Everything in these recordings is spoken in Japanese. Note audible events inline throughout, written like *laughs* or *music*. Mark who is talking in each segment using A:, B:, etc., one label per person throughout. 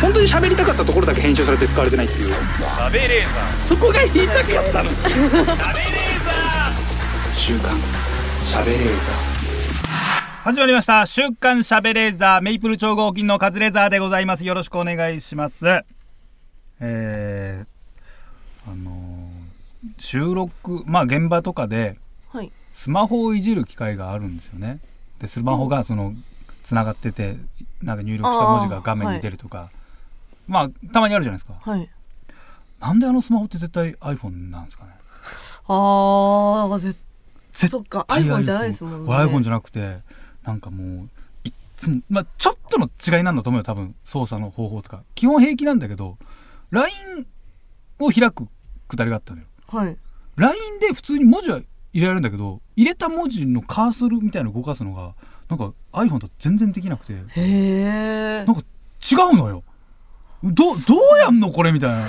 A: 本当に喋りたかったところだけ編集されて使われてないっていう
B: 食べレー
A: そこが言いたかったの
B: ザー食べレーザー
A: 週刊喋れー
B: 始まりました週刊しゃべレーザーメイプル超合金のカズレーザーでございますよろしくお願いしますえー、あのー収録まあ現場とかで
C: はい。
B: スマホをいじる機会があるんですよねでスマホがそのつながっててなんか入力した文字が画面に出るとか、まあたまにあるじゃないですか
C: はい。
B: なんであのスマホって絶対 iPhone なんですかね
C: あー、なんか絶
B: 絶
C: そっか
B: 対
C: iPhone じゃないですもんね
B: iPhone じゃなくてなんかもういっつもまあちょっとの違いなんだと思うよ多分操作の方法とか基本平気なんだけど LINE を開くくだりがあったのよ
C: はい。
B: LINE で普通に文字は入れられるんだけど入れた文字のカーソルみたいなの動かすのがなんか iPhone と全然できなくてなんか
C: へえ。
B: 違うのよどどうやんのこれみたいな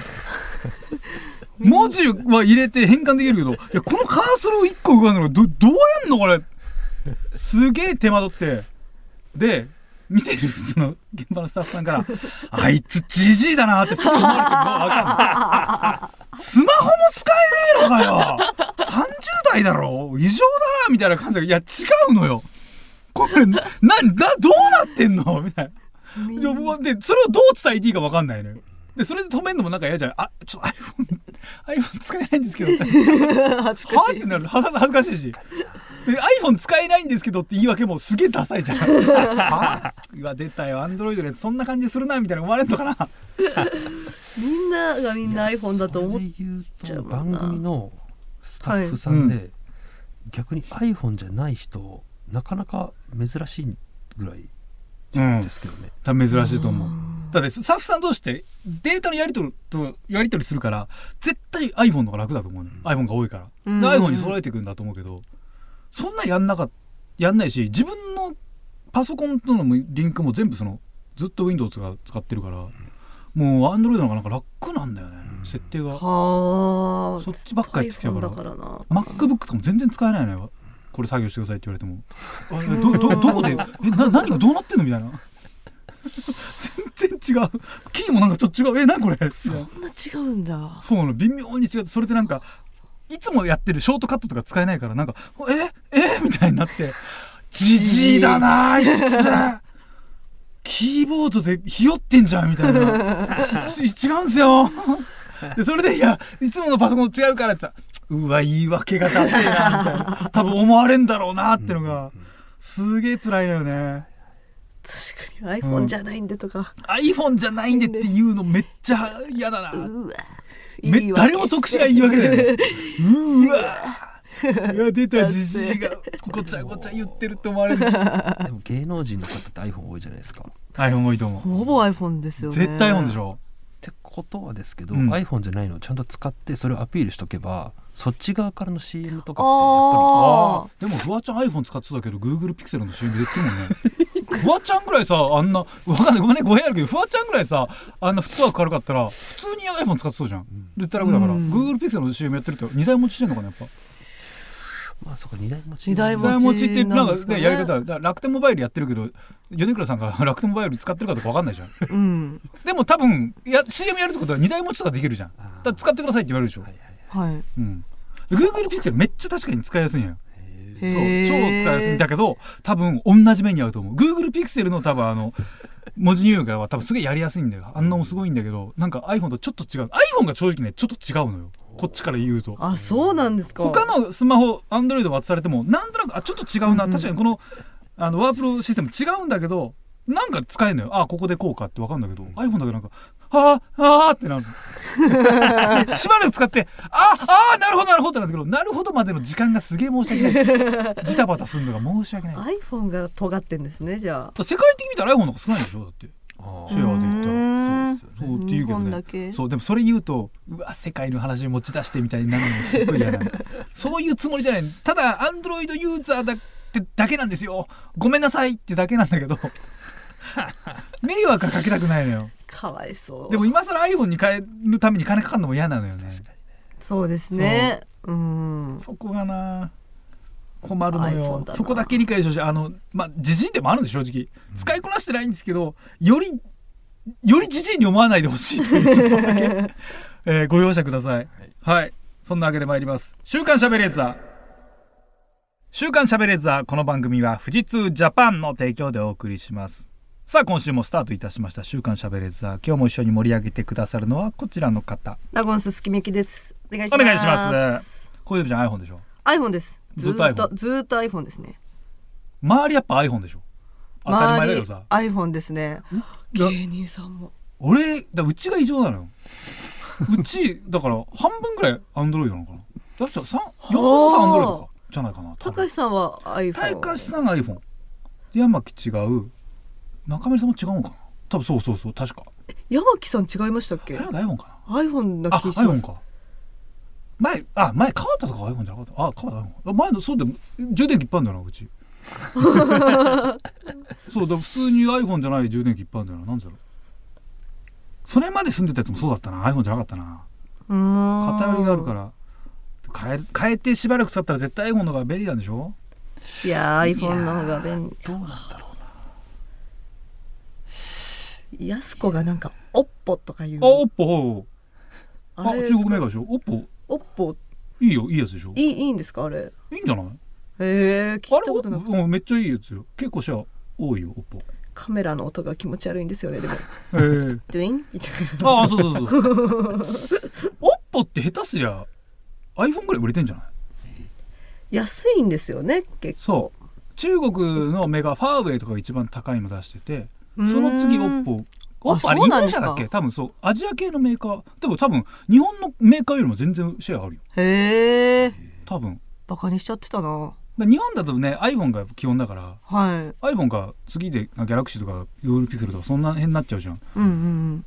B: 文字は入れて変換できるけどいやこのカーソルを1個動かすのがどどうやんのこれすげえ手間取ってで見てるその現場のスタッフさんから「あいつじじいだな」ってすぐ思われてるのかんないスマホも使えねえのかよ30代だろ異常だなみたいな感じで「いや違うのよこれなななどうなってんの?」みたいなで僕はでそれをどう伝えていいか分かんないのよでそれで止めるのもなんか嫌じゃないあちょっと iPhone, *laughs* iPhone 使えないんです *laughs* けどって
C: 恥ずか
B: は
C: し
B: っ
C: い
B: て。なる恥ず恥ずかしいし。で iPhone 使えないんですけどって言い訳もすげえダサ *laughs* いじゃん。はうわ出たよ Android のやつそんな感じするなみたいな思われるのかな。
C: みんながみんな iPhone だと思っ
D: それで言う
C: ちゃう
D: と
C: もん
D: 番
C: な
D: 組のスタッフさんで、
B: は
D: 逆に iPhone じゃない人なかなか珍しいぐらい
B: うん
D: で。すけどね、
B: 多分珍しいと思う。だってスタッフさん同士ってデータのやり取りとやり取りするから絶対 iPhone の方が楽だと思うのよ。iPhone が多いから。で
C: うん
B: iPhone に揃えていくんだと思うけど、そんなやんなかやんないし自分のパソコンとのリンクも全部そのずっと Windows が使ってるから。もう Android の方がなんか楽なんだよね、設定が
C: はあ。
B: そっちばっかり言ってきたから
C: iPhone だからな。
B: MacBook とかも全然使えないのよこれ作業してくださいって言われてもあえどどどこでえな何がどうなってんのみたいな *laughs* 全然違う *laughs* キーもなんかちょっと違うえ何これそう
C: そんな違うんだ。
B: なの微妙に違ってそれでなんかいつもやってるショートカットとか使えないからなんかええみたいになってじじいだなあいつキーボードでひよってんじゃんみたいなち違うんすよでそれで「いやいつものパソコンと違うから」って言ったらうわ言い訳がダセえな」みたいな多分思われんだろうなってのがすげえ辛いのよね
C: 確かに iPhone じゃないんでとか。
B: iPhone じゃないんでっていうのめっちゃ嫌だな
C: うわ。
B: め
C: いいわ
B: 誰も得しない言い訳だよね
C: *laughs*
B: うわいや出た
C: だって
B: じじいがごちゃごちゃ言ってるって思われる
D: でも芸能人の方って iPhone 多いじゃないですか。っ
B: iPhone 多いと思
C: ほぼ iPhone です
B: う
C: よね。
B: 絶対 iPhone でし
C: ょ。
B: ょ
D: てことはですけど、
B: うん
D: iPhone じゃないのをちゃんと使ってそれをアピールしとけばそっち側からの CM とかって
B: で
C: あ
D: やっ
B: もフワちゃん iPhone 使ってたけど Google ピクセルの CM 出てるもんね *laughs* フワちゃんぐらいさあんなわかんないごめんね語弊あるけどフワちゃんぐらいさあんなフットワーク軽かったら普通に iPhone 使ってそうじゃん絶対楽だから
C: うん
B: Google ピクセルの CM やってると2台持ちしてんのかなやっぱ
D: ぱりまあそこ二台持ち
C: 二台
B: 台持ちってなん
C: 持ちなん
B: か、
C: ですか
B: ね、
C: ね
B: やり方だから楽天モバイルやってるけど米倉さんが *laughs* 楽天モバイル使ってるかどうかわかんないじゃん
C: う。うん。
B: でも多分や CM やるってことは2台持ちとかできるじゃんだ
D: あー
B: から使ってくださいって言われるでしょ、
D: はいはい
C: はい。
B: うん、Google ピクセルめっちゃ確かに使いやすいんよ
D: へ
B: そう超
C: へー
B: 使いやすいんだけど多分同じ目に合うと思う Google ピクセルの多分あの文字入力は多分すげえやりやすいんだよあんなもすごいんだけどなんか iPhone とちょっと違う iPhone が正直ねちょっと違うのよこっちから言うと
C: あ、そうなんですか。
B: 他のスマホ Android 渡されてもなんとなくあちょっと違うな、
C: うんうん
B: 確かにこのあのワープロシステム違うんだけどなんか使えるのよあここでこうかって分かるんだけど、iPhone だけなんか「あーあー」ってなる *laughs* しばらく使って「ああーなるほどなるほど」ってなるんですけどなるほどまでの時間がすげえ申し訳ないジタバタするのが申し訳ない
C: iPhone が尖ってんですね、じゃあ。
B: 世界的に見たら iPhone の方が少ないでしょだって
D: あ
B: シェアで言ったら
C: ら
D: そうですよ
B: そうって言うけど
C: 日本
B: ね
C: だけ
B: そうでもそれ言うとうわ世界の話持ち出してみたいになるのもすっごい嫌
C: *laughs*
B: なのそういうつもりじゃないただアンドロイドユーザーだってだけなんですよごめんなさいってだけなんだ
C: *laughs*
B: けど迷惑はかけたくないのよ
C: かわいそう
B: でも今更 iPhone に変えるために金かかるのも嫌なのよね
C: そうですねうん
B: そこがな困るの
C: iPhone
B: よ
C: だな
B: そこだけ理解してほしいあのまあじじいでもあるんです正直使いこなしてないんですけどよりよりじじいに思わないでほしいということだ
C: *laughs*
B: け、えーご容赦ください。はい、そんなわけで参ります。週刊しゃべれーザー。週刊しゃべれーザー、この番組は富士通ジャパンの提供でお送りします。さあ、今週もスタートいたしました。週刊しゃべれーザー、今日も一緒に盛り上げてくださるのはこちらの方。
C: ナゴンスすきみきです。お願いし
B: お
C: ます。
B: 願いします。こういうじゃん iPhone でしょ。
C: iPhone です。
B: ず
C: ず
B: っ
C: っ
B: と iPhone
C: とずっと iPhone ですね。
B: 周りやっぱ iPhone でしょ。当たり前だけどさ。
C: 周り iPhone ですね。
B: だ
C: 芸人さんも。
B: 俺だうちが異常なのよ *laughs* うちだから半分ぐらいアンドロイドなのかなだじゃ三4分の3アンドロイドかじゃないかな多
C: たか
B: 分
C: しさんは iPhone。
B: 高橋さんが iPhone で山木違う中村さんも違うのかな多分そうそうそう確か
C: 山木さん違いましたっけ
B: 山木 iPhone か
C: ？iPhone
B: なあ
C: な気します。
B: iPhone か前あ前変わったとか iPhone じゃなかったあ変わった iPhone あ前のそうでも充電器いっぱいあるんだよなう
C: *laughs*
B: ちそうだから普通に iPhone じゃない充電器いっぱいあるんだよななんでだろうそれまで住んでたやつもそうだったな iPhone じゃなかったな
C: うーん。
B: 偏りがあるから変え変えてしばらく経ったら絶対 iPhone の方が便利なんでしょ
C: いやー iPhone の方が便利。
D: どうなんだろ
C: やすこがなんかオッポとか言う。
B: あオッポあ
C: れ
B: 中国メーカーでしょオッポ
C: オッポ
B: いいよいいやつでしょい
C: いいいいんですかあれ？へ
B: いんじゃない
C: え聞い
B: あ
C: た
B: れ
C: ことなくて
B: うんめっちゃいいやつよ結構シェア多いよオッポ
C: カメラの音が気持ち悪いんですよねで
B: *laughs*
C: も。
B: えー、
C: ドゥインみたいな。
B: ああそうそうそうオッポって下手すりゃ iPhone ぐらい売れてんじゃない
C: *laughs* 安いんですよね結構。
B: そう中国のメーカーファーウェイとかが一番高いの出してて
C: そ
B: その次オッ。ポオッポあれ
C: そう
B: インド
C: なん
B: ネ
C: で
B: シ
C: す
B: ア
C: か
B: だっけ多分そうアジア系のメーカーでも多分日本のメーカーよりも全然シェアあるよ
C: へえ。
B: 多分
C: バカにしちゃってたな。
B: だ日本だとね iPhone が基本だから
C: は
B: iPhone が次でギャラクシーとかヨーロピクルとかそんな辺になっちゃうじゃん
C: い。うんうん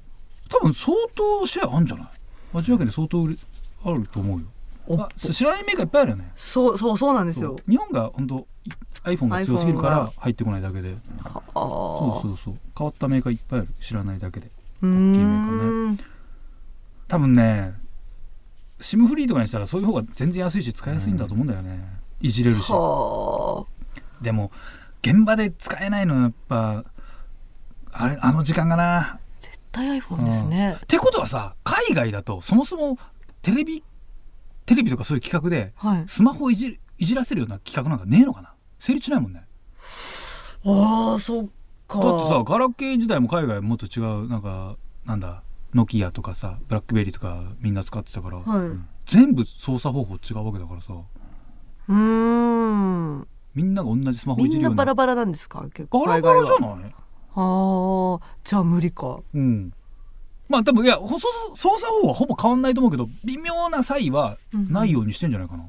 B: 多分相当シェアあるんじゃないアジア圏で相当売れあると思うよ
C: うん。
B: あ知らないメーカーいっぱいあるよね
C: そうそうそうなんです
B: そう
C: よ。
B: 日本が本当 iPhone が強すぎるか
C: iPhone
B: ら
C: が
B: 入ってこないだけで
C: ああ。
B: そうそうそう変わったメーカーいっぱいある知らないだけで
C: うーん。
B: 多分ね SIM フリーとかにしたらそういう方が全然安いし使いやすいんだと思うんだよね、いじれるし
C: は
B: でも現場で使えないのはやっぱあれあの時間がな
C: あ。絶対 iPhone ですね
B: っ。てことはさ海外だとそもそもテレビテレビとかそういう企画で
C: はい。
B: スマホをいじいじらせるような企画なんかねえのかな成立しないもんね
C: ああそっか。
B: だってさガラケー時代も海外もっと違うなんかなんだノキアとかさブラックベリーとかみんな使ってたから、
C: はい。う
B: 全部操作方法違うわけだからさ
C: ーん。
B: みんなが同じスマホ
C: み
B: いじ
C: ん
B: るよ
C: な
B: うな
C: バラバラなんですか結構
B: バラ
C: 海
B: バ
C: 外は。
B: ラじゃない
C: ああじゃあ無理か。
B: うんまあ多分いやほ操作操作方法はほぼ変わんないと思うけど微妙な際はないようにしてんじゃないかな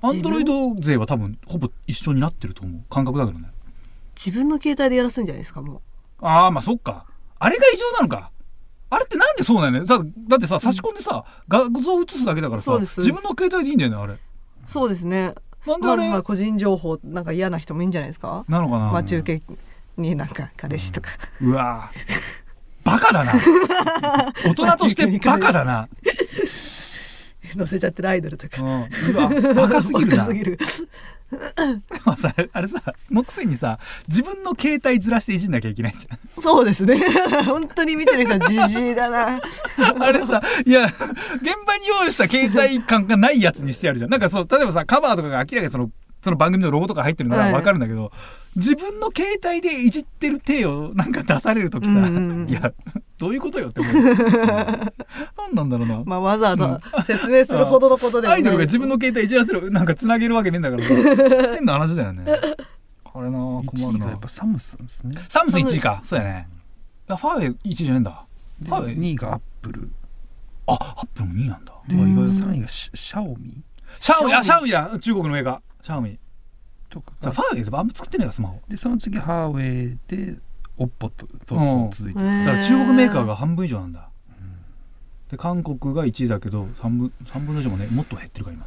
B: アン
C: 自
B: ド
C: 分
B: ロイド勢は多分ほぼ一緒になってると思う感覚だけどね
C: 自分の携帯でやらすんじゃないですかも
B: ああまあそっかあれが異常なのかあれってなんでそうなのねさだってさ差し込んでさ、画像映すだけだからさ
C: そうです
B: 自
C: そうです
B: 分の携帯でいいんだよねあれ
C: う。そうですね。
B: なんで
C: ま
B: あ
C: あ
B: れ、
C: まあ個人情報なんか嫌な人もいいんじゃないですか。
B: なのかな
C: 待ち受けになんか彼氏とか。 *laughs*
B: うわーバカだな大人としてバカだな、
C: 乗せちゃってるアイドルと
B: う
C: か。
B: ん、うわバカすぎ
C: *laughs*
B: るな
C: 若すぎる。
B: まあさあれさのくせにさ自分の携帯ずらしていじんなきゃいけないじ
C: そうですね。 *laughs* 本当に見てる人はじじいだな。
B: ゃん *laughs* あれさいや現場に用意した携帯感がないやつにしてやるじゃんなんかそう例えばさカバーとかが明らかにそのその番組のロゴとか入ってるなら
C: はい
B: わかるんだけど、自分の携帯でいじってる手をなんか出される時さ、
C: うんうんうん
B: いやどういうことよって思う何なんだろうな、
C: *laughs* まあわざわざ説明するほどのことでも
B: ア
C: ない。
B: イドルが自分の携帯いじらせるなんかつなげるわけねえんだからさ変な話だよねあれな困
D: う1
B: る
D: 位がや
B: な
D: っぱサムスンですね
B: サムスン1位かそうやねいやファーウェイ1位じゃねえんだ
D: で
B: はい
D: 2位がアップル
B: あアップルも2位なんだ
D: で
B: あ意外だ
D: 3位がシシャオミ
B: シャオミあシャオミだ中国のメーカーシャオミ
D: とか
B: ファ
D: が
B: ーウェイってあんま作ってないからスマホ
D: でその次ハーウェイでオッポとと
B: うん
D: 続いて
C: へ
D: る
B: だから中国メーカーが。半分以上なんだで韓国が1位だけど3分 ,3 分の以上もねもっと減ってるから今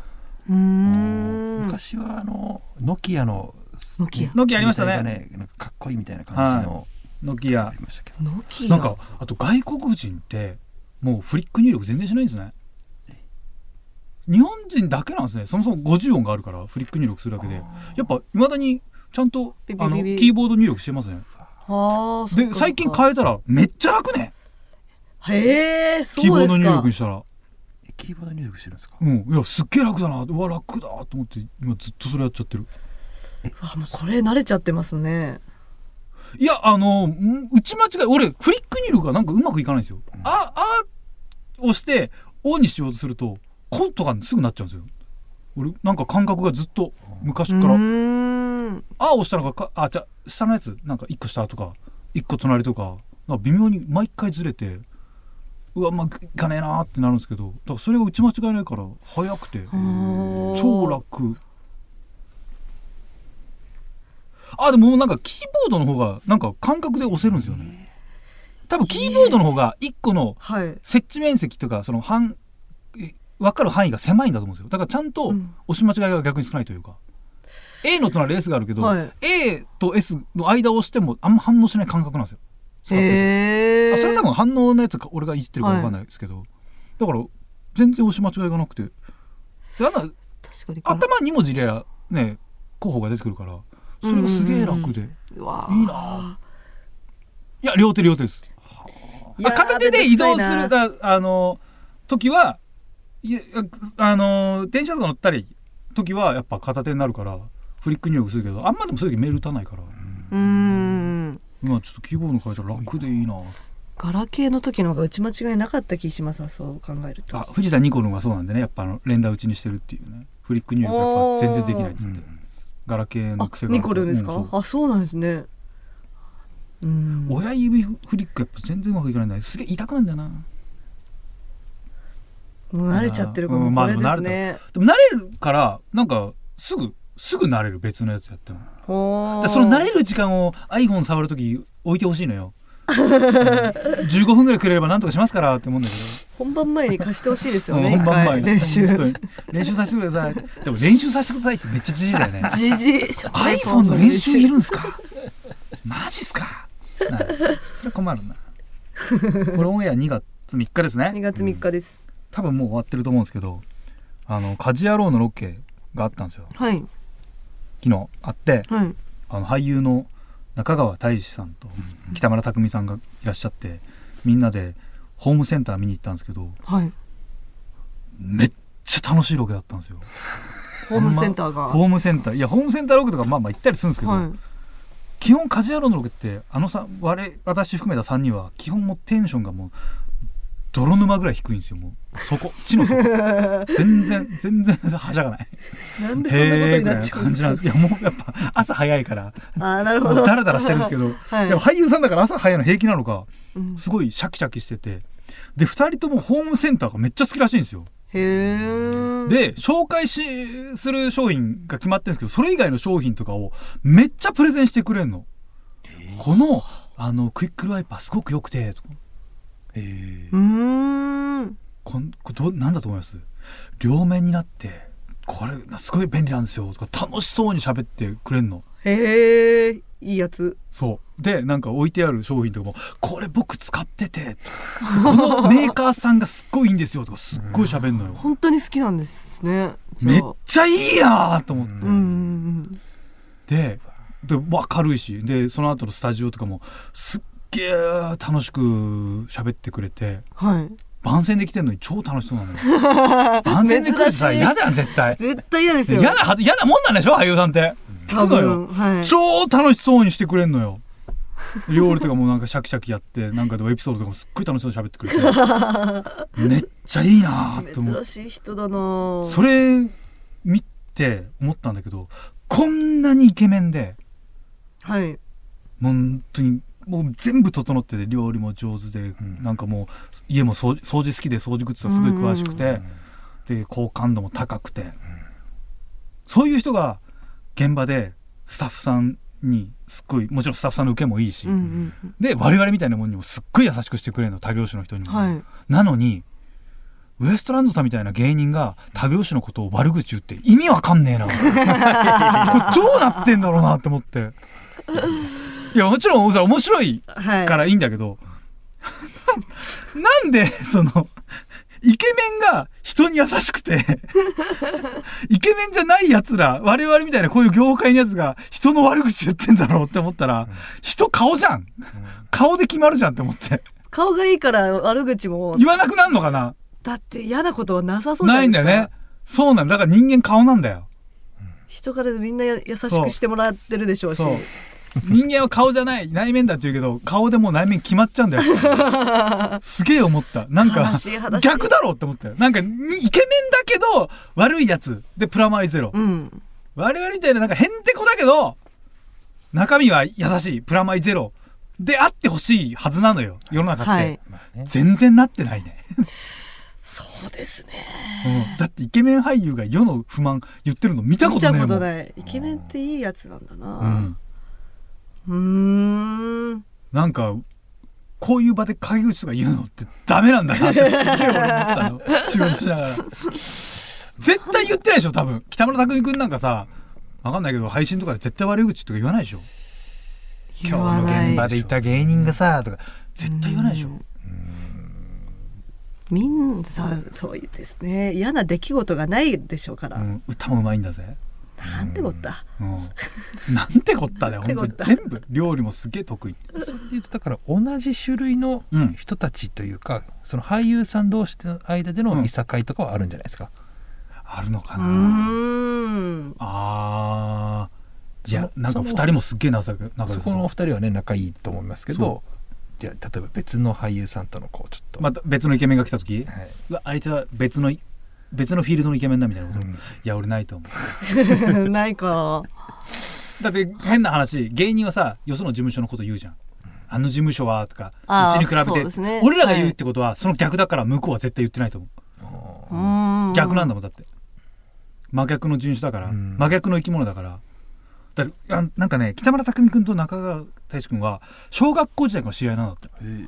C: うーん。
D: 昔はあのノキアの
C: ノキア
B: ノキアありましたね
D: 携帯がなんかかっこいいみたいな感じの
B: ノキ
D: あ
B: ア
D: りましたけど
C: ノキア。
B: なんかあと外国人ってもうフリック入力全然しないんですね日本人だけなんですねそもそも50音があるからフリック入力するだけでやっぱいまだにちゃんと
C: ビビビビ
B: あのキーボード入力してますね
C: あああ。
B: で最近変えたらめっちゃ楽ね
C: え。へえ。そう
B: 希望
C: で
B: の
C: すか。
B: 入力にしたら
D: キーボード入力してるんですか
B: うんいやすっげえ楽だなうわ楽だと思って今ずっとそれやっちゃってる
C: うわもうこれ慣れちゃってますね。
B: いやあのん打ち間違い俺クリック入力がなんかうまくいかないんですよ、ああ押してオンにしようとするとコントがすぐなっちゃうんですよ俺なんか感覚がずっと昔
C: う
B: から、
C: ーん。
B: あ押したのかかあじゃあ下のやつなんか1個下とか1個隣とかなんか微妙に毎回ずれてうわまあいかねえなーってなるんですけどだからそれを打ち間違えないから早くて超
C: 超。
B: 楽あでもなんかキーボードの方がなんか感覚で押せるんですよね多分キーボードの方が1個の
C: はい。
B: 設置面積というかその範分かる範囲が狭いんだと思うんですよだからちゃんと
C: うん
B: 押し間違いが逆に少ないというか、A の隣は S があるけど、
C: はい
B: A と S の間を押してもあんま反応しない感覚なんですよ使ってて
C: へえ。
B: あそれ多分反応のやつか俺がいじってるか分かんないですけど、だから全然押し間違いがなくてであんな
C: 確かにこれ。
B: 頭2文字入れりゃね候補が出てくるからそれがすげえ楽で、
C: うわ
B: いいなぁいや両手両手ですあ片手で移動する
C: だ。
B: だあの時はいやあの電車とか乗ったり時はやっぱ片手になるからフリック入力するけどあんまでもそういう時メール打たないから、
C: うーん。
B: 今ちょっとキーボード変えたら楽でいいな
C: ガラケーの時の方が打ち間違いなかった気しますわそう考えると。
B: あ藤田ニコルがそうなんでねやっぱあの連打打ちにしてるっていうねフリック入力やっぱ全然できないっつって、ガラケーの
C: あ
B: 癖がある
C: ニコルですか、
B: うんそう
C: あそうなんですねうん
B: 親指フリックやっぱ全然うまくいかないんだすげえ痛くなるんだよな
C: もう慣れちゃってるから
B: うん
C: もう
B: まあ
C: これです
B: で
C: ね、
B: でも慣れるからなんかすぐすぐ慣れる別のやつやってもだ
C: ほー
B: からその慣れる時間を iPhone 触るとき置いてほしいのようん15分ぐらいくれればなんとかしますからって思うんだけど
C: 本番前に貸してほしいですよね
B: うん
C: 一回
B: に
C: 練習
B: 本当に練習させてくださいでも練習させてくださいってめっちゃじじいだよ
C: *laughs*
B: ね
C: じじい
B: iPhone の練習いるんすかマジっすかなあそれ困るなこれオンエア2月3日です
C: 2
B: ね
C: 月3日です、
B: 多分もう終わってると思うんですけどあの「家事野郎」のロケがあったんですよ
C: はい
B: 昨日あって
C: はい
B: あの俳優の中川大志さんと北村匠海さんがいらっしゃってみんなでホームセンター見に行ったんですけど
C: はい
B: めっちゃ楽しいロケだったんですよ
C: ホームセンターが、
B: ホームセンターいやホームセンターロケとかまあまあ行ったりするんですけど、
C: はい
B: 基本カジュアルのロケってあのさ我私含めた3人は基本もうテンションがもう泥沼ぐらい低いんですよもうそこ地
C: *laughs*
B: の底全然全然はしゃがない
C: なんでそんなことになっ
B: な
C: ちゃう
B: 感
C: んです
B: じなんいやもうやっぱ朝早いから
C: かあーなるほど
B: ダラダラしてるんですけど、
C: はい
B: いや俳優さんだから朝早いの平気なのか
C: うん
B: すごいシャキシャキしててで2人ともホームセンターがめっちゃ好きらしいんですよ
C: へえ
B: で紹介しする商品が決まってるんですけどそれ以外の商品とかをめっちゃプレゼンしてくれんの、このあのクイックルワイパーすごく良くてとか
D: えー
C: うーん
B: こんこどなんだと思います両面になってこれすごい便利なんですよとか楽しそうに喋ってくれんの
C: へえいいやつ
B: そうでなんか置いてある商品とかも「これ僕使ってて」このメーカーさんがすっごいいいんですよ」とかすっごい喋んのよ
C: 本当に好きなんですねじゃあ
B: めっちゃいいなと思って。
C: うんうん
B: ででわ明るいしでその後のスタジオとかもすっげえ楽しく喋ってくれて
C: うんはい
B: 番宣で来てんのに超楽しそうなの
C: *laughs*
B: よ番宣で来るってさ
C: 珍しい
B: 嫌じゃん絶対
C: 絶対嫌ですよ
B: 嫌なはず嫌なもんなんでしょ俳優さんって聞
C: 多
B: くの
C: 分
B: よ
C: はい
B: 超楽しそうにしてくれんのよ料理とかもなんかシャキシャキや
C: *laughs*
B: ってなんかでもエピソードとかもすっごい楽しそうに喋ってくれて
C: *laughs*
B: めっちゃいいなと思って
C: 珍しい人だなぁ
B: それ見て思ったんだけどこんなにイケメンで
C: はい
B: もう本当にもう全部整ってて料理も上手で、
D: ん
B: なんかもう家も掃除掃除好きで掃除グッズがすごい詳しくて、で好感度も高くて、そういう人が現場でスタッフさんにすっごいもちろんスタッフさんの受けもいいし、
C: うんうんうん
B: で我々みたいなもんにもすっごい優しくしてくれるの他業種の人にも、
C: はい
B: なのにウエストランドさんみたいな芸人が他業種のことを悪口言って意味わかん
C: *laughs*
B: ねえなこれどうなってんだろうなって思っていやもちろん面白い
C: はい
B: からいいんだけど、なんでそのイケメンが人に優しく *laughs* てイケメンじゃないやつら我々みたいなこういう業界のやつが人の悪口言ってんだろうって思ったら人顔じゃん顔で決まるじゃんって思って
C: 顔がいいから悪口も
B: 言わなくなるのかな
C: だって嫌なことはなさそうじゃ
B: ないん
C: で
B: だ
C: す
B: よ
C: か
B: ねそうなんだだから人間顔なんだよ
C: 人からみんなや優し
B: そう
C: くしてもらってるでしょうし
B: そう *laughs* 人間は顔じゃない内面だって言うけど顔でもう内面決まっちゃうんだよ
C: *laughs*
B: すげえ思ったなんか
C: 悲しい話
B: 逆だろうって思ったよなんかにイケメンだけど悪いやつでプラマイゼロ、
C: うん
B: 我々みたいななんかへんてこだけど中身は優しいプラマイゼロであってほしいはずなのよ世の中って、
C: はい
D: まあね
B: 全然なってないね、
C: そうですね
B: うんだってイケメン俳優が世の不満言ってるの見たこ
C: 見
B: と
C: た
B: ないも
C: こ
B: ん
C: とないイケメンっていいやつなんだ
B: う、
C: なんうーん
B: なんかこういう場で陰口とか言うのってダメなんだなってすげえ俺思ったの仕事しながら絶対言ってないでしょ多分北村匠海君なんかさわかんないけど配信とかで絶対悪口とか言わないでしょ
C: 言
B: 今
C: わ
B: 日
C: な
B: の
C: い
B: 現場でいた芸人がさとか絶対言わないでしょ
C: みんなさそうですね嫌な出来事がないでしょうから、
B: うん、歌もうまいんだぜ、
C: なんてこった
B: うん、なんてこったね
C: なんて
B: 本
C: こ
B: 当
C: っ
B: に
C: た
B: 全部料理もすげえ得意
D: それで言うとだから同じ種類の
B: うん
D: 人たちというか、その俳優さん同士の間でのいさかいとかはあるんじゃないですか、
B: あるのか
C: うー
B: な、
C: ん
B: あーいや
D: その
B: なんか
D: その
B: 二人もすっげえ情け仲良さ
D: そこのお二人はね仲いいと思いますけどじゃあ例えば別の俳優さんとのこうちょっと、
B: また別のイケメンが来た時
D: はいう
B: わあいつは別のい別のフィールドのイケメンだみたいなこと、
D: うん
B: いや俺ないと思
C: ないか
B: うだって変な話芸人はさよその事務所のこと言うじゃんあの事務所はとか
C: あ
B: うち
C: ー
B: に比べ
C: そうで
B: て、
C: すね
B: 俺らが言うってことは、その逆だから向こうは絶対言ってないと思う
C: う
D: あ
C: ーん
B: 逆なんだもんだって真逆の人種だから、
D: うん
B: 真逆の生き物だからだからあなんかね北村匠海君と中川大志君は小学校時代から知り合いなんだって、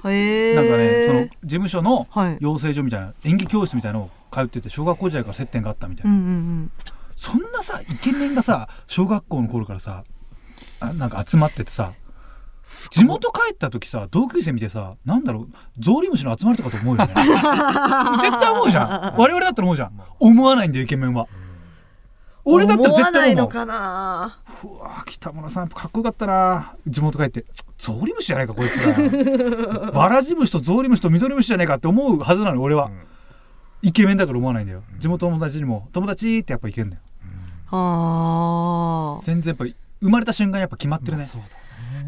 C: へえ
B: なんかねその事務所の
C: はい
B: 養成所みたいな演技教室みたいなのを通ってて小学校時代から接点があったみたいな
C: うんうん
B: そんなさイケメンがさ小学校の頃からさあなんか集まっててさ地元帰った時さ同級生見てさなんだろうゾウリムシの集まりとかと思うよね *laughs* 絶対思うじゃん我々だったら思うじゃん思わないんだよイケメンは
C: うん
B: 俺だったら
C: 思わ
B: 絶
C: な
B: 対
C: い
B: 思
C: の
B: う
C: かな
B: うわ北村さんやっぱかっこよかったな地元帰ってゾウリムシじゃないかこいつ
C: *laughs*
B: らわらじ虫とゾウリムシとミドリムシじゃないかって思うはずなの俺は、
D: うん
B: イケメンだから思わないんだよ地元の友達にも友達ってやっぱいけんだよ
C: あ
B: 全然やっぱ生まれた瞬間やっぱ決まってるね、
D: そう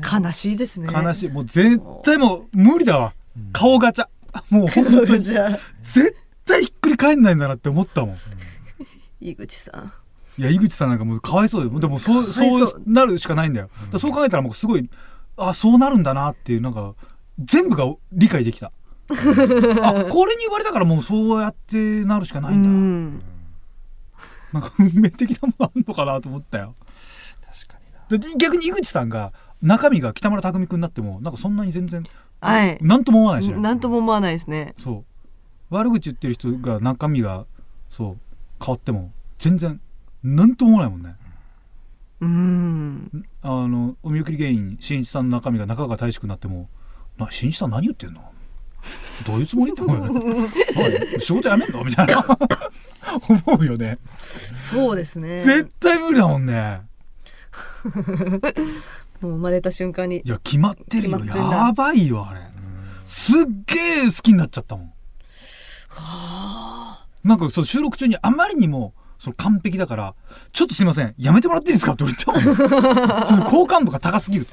D: だ
C: ー悲しいですね
B: 悲しいもう絶対もう無理だわ顔ガチャもうほんとに
C: *laughs* じゃあ
B: 絶対ひっくり返んないんだなって思ったもん
C: 井口さん
B: いや井口さんなんかもうかわいそうだよでもそう
C: かわいそ
B: そううなるしかないんだよだからそう考えたらもうすごいあそうなるんだなっていうなんか全部が理解できたあこれに言われたからもうそうやってなるしかないんだ
C: うん
B: なんか運命的なものあんのかなと思ったよ
D: 確かにな
B: だって逆に井口さんが中身が北村匠海君になってもなんかそんなに全然
C: はい
B: なんとも思わないしね
C: なんとも思わないですね
B: そう悪口言ってる人が中身がそう変わっても全然なんとも思わないもんね
C: うん
B: あのお見送り芸人しんいちさんの中身が中川大志くんになっても「なしんいちさん何言ってんのどういうつもり?」って思うよねおい「仕事辞めんの?」みたいな思うよね
C: そうですね
B: 絶対無理だもんね
C: もう生まれた瞬間に
B: いや決まってるよ
C: 決まってんだ
B: やばいよあれすっげえ好きになっちゃったもんなんかそう収録中にあまりにもその完璧だから「ちょっとすいませんやめてもらっていいですか?」って俺言ったもん
C: *laughs*
B: その好感度が高すぎる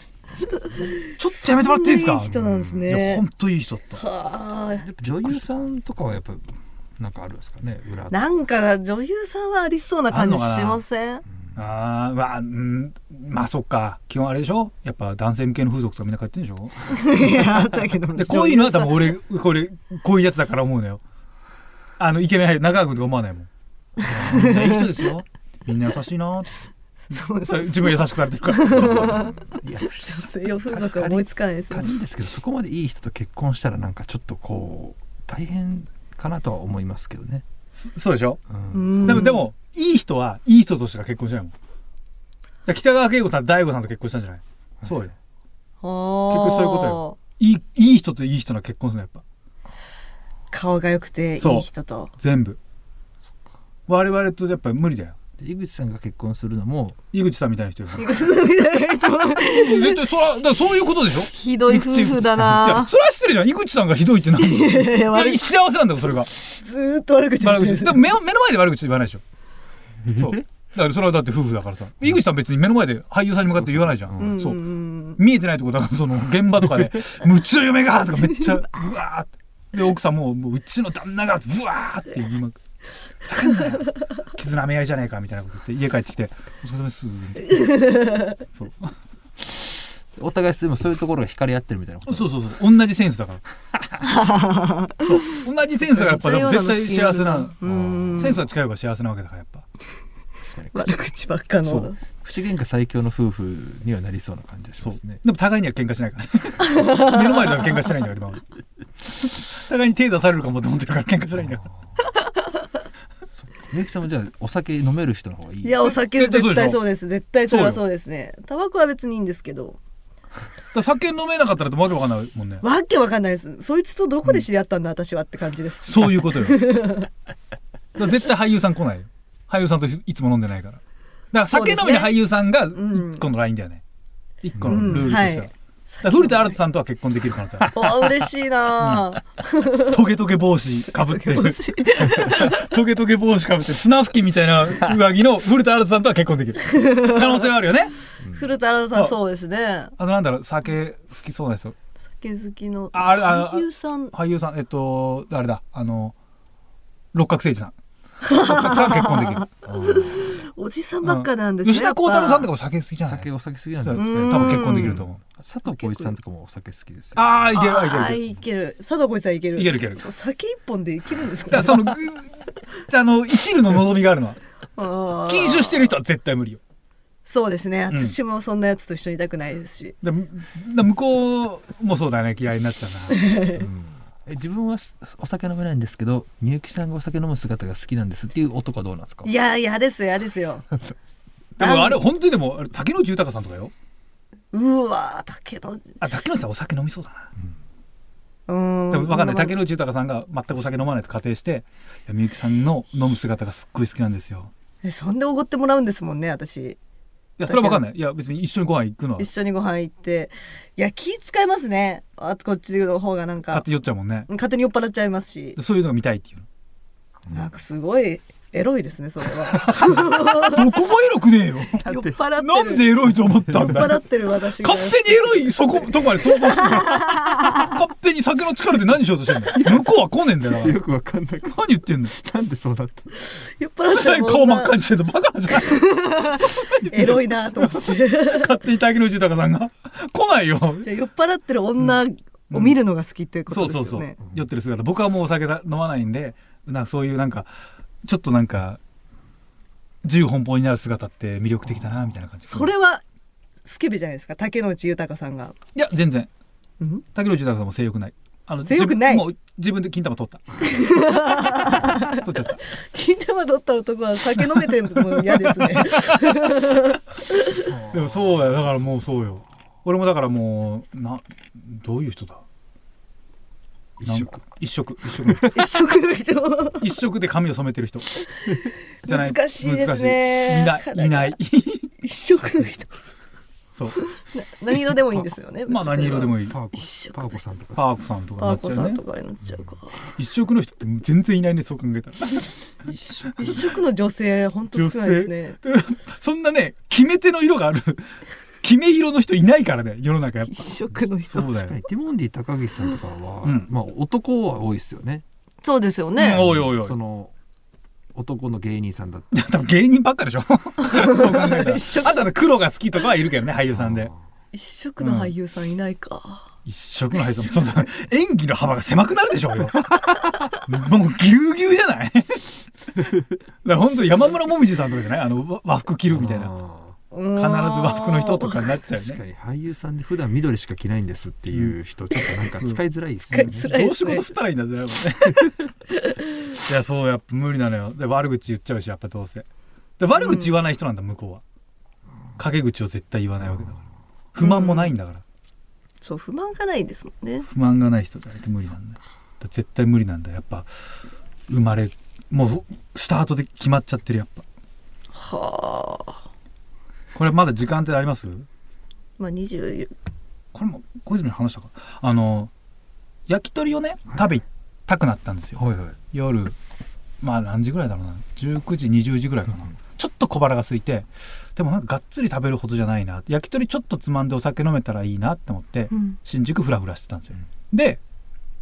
B: ちょっとやめてもらっていいですか
C: いい人なんです
B: いや
C: ね
B: ほんといい人だった
C: はあ
D: やっぱ女優さんとかはやっぱなんかあるんですかね裏
C: なんか女優さんはありそうな感じし
B: あんのかな
C: ません
B: あーまあうんまあそっか基本あれでしょやっぱ男性向けの風俗とかみんな買って
C: *laughs*
B: るんでしょ
C: いやだけど
B: でこういうのは多分
C: 女優
B: 俺これこういうやつだから思うのよあのイケメン俳優中川君とか思わないもんみんないい人ですよみんな優しいなって
C: *laughs* さんそう
B: そう自分優しくされてるから
C: *laughs*
D: いや
C: 女性用風俗は思いつかないですよ
D: 仮にですけどそこまでいい人と結婚したらなんかちょっとこう大変かなとは思いますけどね、
B: そそうでしょ、
D: うん
C: うん
B: でもでもいい人はいい人としか結婚しないもんだから北川景子さん大悟さんと結婚したんじゃない、そうよ
C: 結
B: 局そういうことよいいいい人といい人の結婚するのやっぱ
C: 顔が良くて
B: そう
C: いい人と
B: 全部我々とやっぱり無理だよ
D: で井口さんが結婚するのも
B: 井口さんみたいな人よ
C: みたいな一番
B: 絶対そらだからそういうことでしょい
C: ひどい夫婦だ
B: や
C: な
B: それは失礼じゃん井口さんがひどいってなんだい
C: いやいや悪
B: や
C: い
B: 幸せなんだよそれが
C: ずーっと悪口言っ
B: 悪
C: てる
B: 口でも目の目の前で悪口言わないでしょそうだからそれはだって夫婦だからさ井口さん別に目の前で俳優さんに向かって言わないじゃ
D: そう
C: うんん
B: そううん見えてないとこだからその現場と *laughs* かで「むっちの嫁が!」とかめっちゃ「うわ!」ってで奥さんももう「うちの旦那がうわ!」って言いまくふざけんな *laughs* よ絆め合いじゃねえか」みたいなこと言って家帰ってきて「お疲れ様です」そう
D: お互いでもそういうところが光り合ってるみたいなこと
B: そうそうそう同じセンスだから *laughs* そう同じセンスがやっぱでも絶対幸せな
C: うん
B: センスは近い方が幸せなわけだからやっぱ
C: 悪口ばっか
D: そ
C: の
D: う口喧嘩最強の夫婦にはなりそうな感じがし
B: そ
D: ま
B: う
D: すね
B: でも互いには喧嘩しないから *laughs* ね目の前では喧嘩してないんだよ今は互いに手出されるかもと思ってるから喧嘩しないんだから
D: みゆきさんもじゃあお酒飲める人の方がいい
C: いやお酒
B: 絶対そうで
C: 絶
B: しょ
C: 対そうです絶対それは
B: そ
C: そううですねタバコは別にいいんですけど
B: だから酒飲めなかったらわけわかんないもんね
C: わけわかんないですそいつとどこで知り合ったんだ私はって感じです
B: そういうことよだから絶対俳優さん来ないよ俳優さんといつも飲んでないからだから酒飲みの俳優さんが
C: ん
B: 一個のラインだよね一個
C: う
B: のルールとし
C: ん
B: ては、
C: は
B: だ
C: い
B: から古田新太さんとは結婚できる可能性あ
C: お嬉しいな
B: るトゲトゲ帽子かぶってる
C: 嬉しい
B: トゲトゲ帽子かぶってる砂吹きみたいな上着の古田新太さんとは結婚できる可能性はあるよね
C: 古田新太さんそうですね
B: あとなんだろう酒好きそうな人
C: 酒好きの
B: ああれあの
C: 俳優さん
B: 俳優さんえっとあれだあの六角誠治さん六角さんは結婚できる
C: おじさん *laughs* ばっかなんですね
B: 吉田鋼太郎さんとかも酒好きじゃない
D: 酒お酒好きなん
B: そ
D: で
B: う
D: す
B: 多
D: か
C: うん
B: 分結婚できると思う
D: 佐藤浩市さんとかもお酒好きですよ
B: ああいける
C: あ
B: いけ
C: ー
B: るいける
C: いける佐藤浩市さんいける
B: いけるいける
C: 酒一本でいけるんです
B: だか
C: から
B: そのぐあの一縷の望みがあるのは
C: *laughs* あー
B: 禁酒してる人は絶対無理よ
C: そうですね
B: うん
C: 私もそんなやつと一緒にいたくないですし
B: だだ向こうもそうだね嫌いになっちゃう
C: *laughs*
B: な
D: え自分はすお酒飲めないんですけどみゆきさんがお酒飲む姿が好きなんですっていう男はどうなんですか
C: いや嫌ですよ嫌ですよ
B: でもあれ本当にでもあれ竹野内豊さんとかよ
C: うわーだけどう
B: あ竹野内さんお酒飲みそうだな
C: ーん
B: でも分かんない竹
C: 野
B: 野内豊さんが全くお酒飲まないと仮定していやみゆきさんの飲む姿がすっごい好きなんですよ
C: そんでおごってもらうんですもんね私
B: いやそれは分かんないいや別に一緒にご飯行くのは
C: 一緒にご飯行っていや気使いますねあとこっちの方がなんか
B: 勝手に酔っちゃうもんね
C: 勝手に酔っ払っちゃいますし
B: でそういうのが見たいっていうの
C: なんかすごいエロいですねそ
B: *laughs*
C: れは
B: どこもエロくね
C: *laughs*
B: えよ
C: 酔っ払ってる
B: なんでエロいと思った
C: 酔っ
B: んだ
C: 払
B: よ
C: ってる私が
B: 勝手にエロいそことこまで想像する
C: *laughs*
B: の勝手に酒の力で何しようとしてんの向こうは来ねえんだよだから
D: くわかんなくて
B: 何言ってんの
D: なんでそうなった
C: 酔っ払ってる
B: 顔真っ赤
C: に
B: にしてるのバカじゃない
C: エロいなと思って
B: 勝手に竹野内豊さん
C: *laughs*
B: が来ないよ
C: で酔っ払ってる女を見るのが好きっていうこ
B: そ
C: と
B: う
C: です
B: そ
C: よ
B: う
C: ね、
B: そう、酔ってる姿僕はもうお酒だ飲まないんでなんかそういうなんかちょっとなんか自由奔放になる姿って魅力的だなみたいな感じ
C: それはスケベじゃないですか竹野内豊さんが、
B: いや全然
C: うん、
B: 竹野内豊さんも性欲ないあの
C: 性欲な
B: 自分
C: い
B: もう自分で金玉取った
C: *laughs*
B: 取っちゃった
C: 金玉取った男は酒飲めてんのも
B: *laughs*
C: 嫌ですね
B: でもそうだよだからもうそうよ俺もだからもうなどういう人だ
D: 一
B: なん
D: 緒
B: か一色一色の
C: *laughs*
B: 人
C: 一色の人
B: 一色で髪を染めてる人じゃない
C: 難しいですね
B: 難しいいないいない *laughs*
C: 一色の人
B: そう
C: *laughs* 何色でもいいんですよね
B: まあ何色でも
C: いい
B: いい
D: パー
C: 一緒
D: コパーコさんとか
B: パーコさんとか
C: パ
B: にな
C: ー
B: っ
C: コ
B: ちゃ
C: さ
B: うんね
C: とかになっちゃうか
B: 一色の人って全然いないねそう考えたら
C: 一色の女性本当少ないですね
B: そんなね決め手の色がある *laughs* 決め色の人いないからね世の中やっぱ
C: 一色の人
B: そうだ
D: 確
B: よ
D: かにティモンディ高岸さんとかは、
B: うん
D: まあ男は多いですよね
C: そうですよ
B: うん
C: ね
B: おいおいおい
D: その男の芸人さんだっ
B: いや多分芸人ばっかで
C: *laughs*
B: しょそう考えたら
C: 一緒
B: あとは黒が好きとかはいるけどね俳優
D: た *laughs*
B: さんで
C: 一色の俳優さんいないか、
B: 一色の *laughs* 俳優さんもそんな演技の幅が狭くなるでしょよ *laughs* もうぎゅうぎゅうじゃない *laughs* だから本当に山村もみじさんとかじゃないあのわ和服着るみたいな
D: な
C: うん
B: 必ず和服の人とかになっちゃう
D: 確か
B: ね
D: に俳優さんで普段緑しか着ないんですっていう人ちょっとなんか使いづらいです
C: 使
D: よ
C: い
D: ね
C: づら
B: ど
C: いうです
B: 仕
C: ね
B: 事振ったらいいんだぜ、ね、 *laughs* いやそうやっぱ無理なのよで悪口言っちゃうしやっぱどうせで悪口言わない人なんだ向こうは陰口を絶対言わないわけだから不満もないんだから
C: そう不満がないんですもんね
B: 不満がない人って無理なんだよだったら絶対無理なんだやっぱ生まれもうスタートで決まっちゃってるやっぱ
C: はあ
B: これまだ時間ってあります
C: まあ20
B: これも小泉に話したかあの焼き鳥をね食べたくなったんですよ
D: はいはい
B: 夜まあ何時ぐらいだろうな19時20時ぐらいかな、ちょっと小腹が空いてでもなんかがっつり食べるほどじゃないな焼き鳥ちょっとつまんでお酒飲めたらいいなって思って、
C: うん
B: 新宿フラフラしてたんですよ、で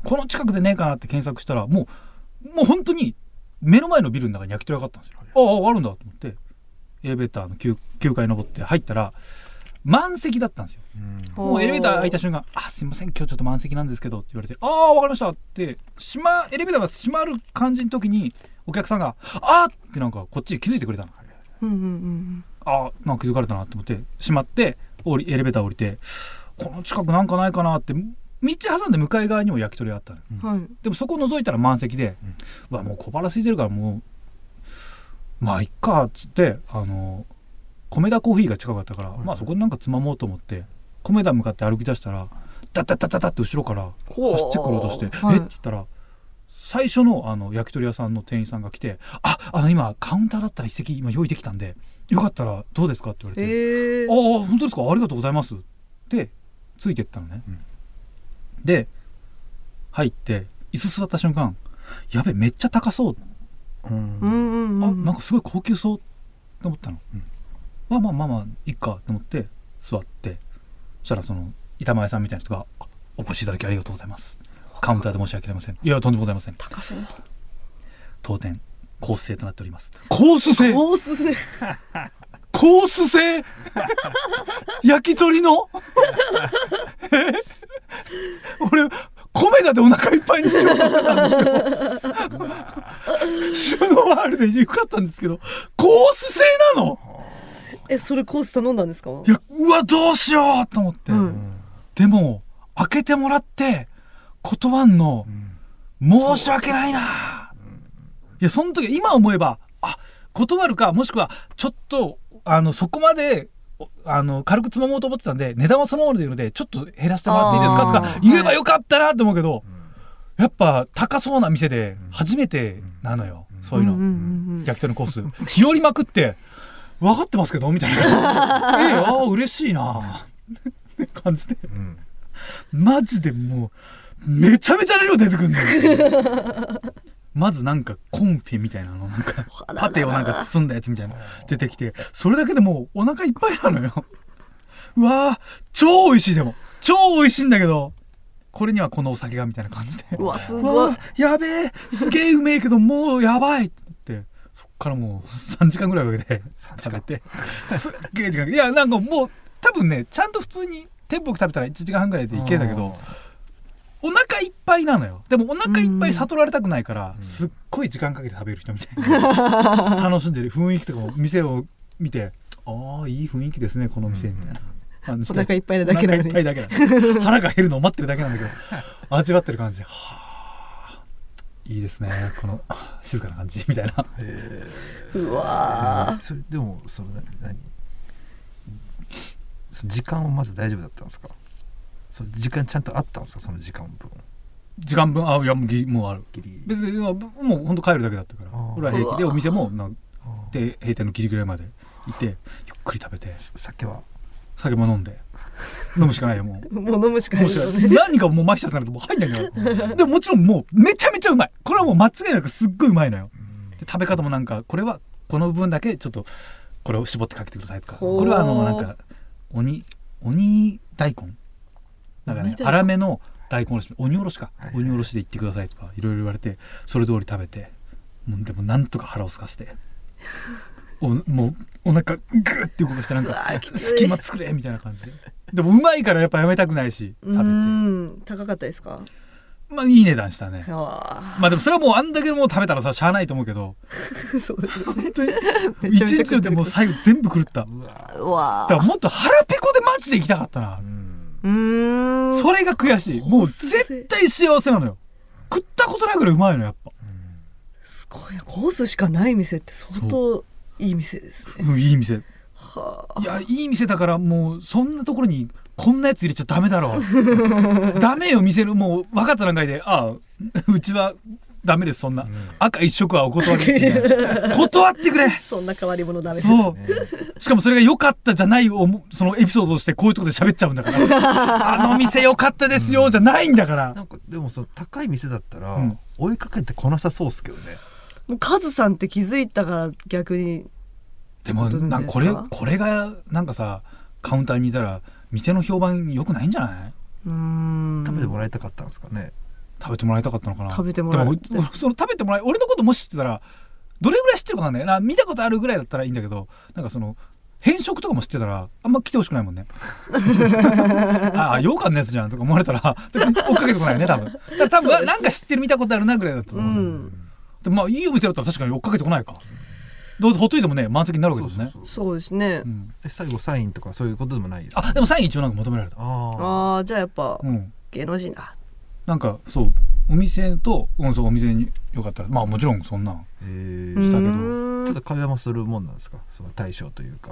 B: この近くでねえかなって検索したらもうもう本当に目の前のビルの中に焼き鳥屋があったんですよ、あああるんだと思ってエレベーターの 9, 9階登って入ったら満席だったんですよ
C: お
B: もうエレベーター開いた瞬間「あすいません今日ちょっと満席なんですけど」って言われて「ああわかりました」って閉まエレベーターが閉まる感じの時にお客さんが「あーってなんかこっちに気づいてくれたの。
C: うんうんうん
B: あーなんか気づかれたなと思って閉まって降りエレベーター降りてこの近くなんかないかなって道挟んで向かい側にも焼き鳥屋あったの
C: うんはい
B: でもそこ覗いたら満席で、うわもう小腹空いてるからもうまあいっかっつってあの米田コーヒーが近かったから、
D: い
B: まあそこでなんかつまもうと思って米田向かって歩き出したらダッダッダッダッダッって後ろから
C: ほう
B: 走ってくろうとして「
C: はい
B: えっ?」て言ったら最初のあの焼き鳥屋さんの店員さんが来て「ああの今カウンターだったら一席今用意できたんでよかったらどうですか?」って言われて「
C: ええ
B: ああ本当ですかありがとうございます」でついてったのね、
D: うん
B: で入って椅子座った瞬間「やべめっちゃ高そう」
D: うん
C: うんうんうん
B: あなんかすごい高級そうと思ったの、
D: うん
B: まあまあまあまあいいかと思って座ってそしたらその板前さんみたいな人があ「お越しいただきありがとうございます」「カウンターで申し訳ありません」「いやとんでもございません」
C: 高そう
B: 「当店コース制となっております」「コース制
C: コースで
B: コース制焼き鳥のえ俺米田でお腹いっぱいにしようとしてたんですよシュノワールでよかったんですけどコース制なの
C: えそれコース頼んだんですか
B: いやうわどうしようと思って、
C: うん
B: でも開けてもらって断んの
D: うん
B: 申し訳ないないやその時今思えばあ断るかもしくはちょっとあのそこまでおあの軽くつまもうと思ってたんで値段はそのままでいいのでちょっと減らしてもらっていいですかと
C: あ
B: か
C: ー
B: 言えばよかったなと思うけど、
D: ん
B: やっぱ高そうな店で
D: うん
B: 初めてなのよ、
D: うん
B: そういうの。
C: んんうん
B: 焼き鳥のコース日和まくって分かってますけどみ
C: *laughs*
B: たいな感じでええああ嬉しいなって感じで
D: うん
B: マジでもうめちゃめちゃな量出てくるんだよまずなんかコンフェみたいなのなんかパテをなんか包んだやつみたいな出てきてそれだけでもうお腹いっぱいなのようわー超美味しいでも超美味しいんだけどこれにはこのお酒がみたいな感じで
C: うわす
B: う
C: ごい
B: わやべえすげえうめえけどもうやばいってそっからもう3時間ぐらいかけて食べてすっげえ時間いやなんかもう多分ねちゃんと普通に天僕食べたら1時間半ぐらいでいけんだけどお腹いっぱいなのよでもお腹いっぱい悟られたくないから、
D: うん
B: すっごい時間かけて食べる人みたいな楽しんでる雰囲気とかも店を見てああいい雰囲気ですねこの店みたいな感じ
C: お
B: で
C: 腹いっぱいなだけなの
B: お腹いっぱい
C: に
B: だけなの
D: *laughs*
B: 腹が減るのを待ってるだけなんだけど味わってる感じではあいいですねこの静かな感じみたいな
C: うわ
D: それでもそのな何その時間はまず大丈夫だったんですかその時間ちゃんとあったんですかその時間分
B: 時間分あいやもうぎもうある
D: ギリギリ
B: 別にもうもうほんと帰るだけだったから
D: あー
B: 俺は平気で
C: うわ
B: お店もなん
D: あー
B: で閉店のギリギリまでいてゆっくり食べて
D: さ酒は
B: 酒も飲んで飲むしかないよもう
C: もう飲むしかない
B: 面
C: です
B: 白
C: よ
B: い
C: ね
B: 何かもう麻痺させないともう入んないからでももちろんもうめちゃめちゃうまいこれはもう間違いなくすっごいうまいのよで食べ方もなんかこれはこの部分だけちょっとこれを絞ってかけてくださいとか
C: ほう
B: これはあのなんか鬼鬼大根なんか
C: 鬼
B: ね
C: 大根
B: 粗めの大根おろし鬼おろしか
D: はいはい
B: 鬼おろしでいってくださいとかいろいろ言われてそれ通り食べてもうでもなんとか腹を空かせ
C: *laughs*
B: ておもうお腹グーって動かしてなんか
C: うわきつい
B: 隙間作れみたいな感じででもうまいからやっぱやめたくないし食べ
C: う
B: て
C: ん高かったですか
B: まあいい値段したね
C: あ
B: まあでもそれはもうあんだけもう食べたらさしゃあないと思うけど
C: あそうですね
B: 本当に
C: *laughs* め
B: 一
C: ちゃめちゃ
B: 日
C: 食
B: の
C: って
B: で
C: る
B: もう最後全部狂っただか
D: うわ
C: うわ
B: らもっと腹ペコでマジで行きたかったな
D: う、ん
C: うーん
B: それが悔しいもう絶対幸せなのよ食ったことないぐらいうまいのやっぱ、
C: すごいなコースしかない店って相当いい店ですね
B: うん、いい店い
C: はあ
B: やいい店だからもうそんなところにこんなやつ入れちゃダメだろ
C: *laughs*
B: ダメよ見せるもう分かった段階でああ *laughs* うちはダメですそんな、赤一色はお断りですみた
C: *laughs*
B: いな断ってくれ
C: そんな変わり者ダメです。
B: そう
D: ね
B: しかもそれが良かったじゃないおもそのエピソードとしてこういうとこで喋っちゃうんだから
C: *laughs*
B: あの店良かったですよ、じゃないんだから
D: なんかでもその高い店だったら、
B: うん
D: 追いかけてこなさそうっすけどね
C: もうカズさんって気づいたから逆に
B: でも
C: どういうこ
B: な
C: と
B: んかこれ
C: ですか
B: これがなんかさカウンターにいたら店の評判良くないんじゃないう
C: ーん
D: 食べてもらいたかったんですかね、
B: 食べてもらいたかったのかな
C: 食べてもらい
B: でもその食べてもらい俺のこともし知ってたらどれぐらい知ってるかわかんないな見たことあるぐらいだったらいいんだけどなんかその変色とかも知ってたらあんま来てほしくない
C: *laughs*
B: もんねああ羊羹のやつじゃんとか思われたら別に追っかけてこないよね多分だから多分わなんか知ってる見たことあるなぐらいだったと
C: う
B: 思う、
C: ん
B: でもまあいいお店だったら確かに追っかけてこないかどうせほっといてもね満席になるわけ
D: そ
B: で
D: う
B: す
D: そ
B: ね
D: うそう
C: そうですね、
B: うん
D: え最後サインとかそういうことでもないです
B: あでもサイン一応なんか求められた
D: あ
C: ああじゃあやっぱ
B: うん
C: 芸能人だ
B: なんかそうお店と、うん、そうお店によかったらまあもちろんそんなん
D: ーへ
C: うー
D: え
B: したけど
D: ちょっと
C: ん
D: 会話もするもんなんですかその対象というか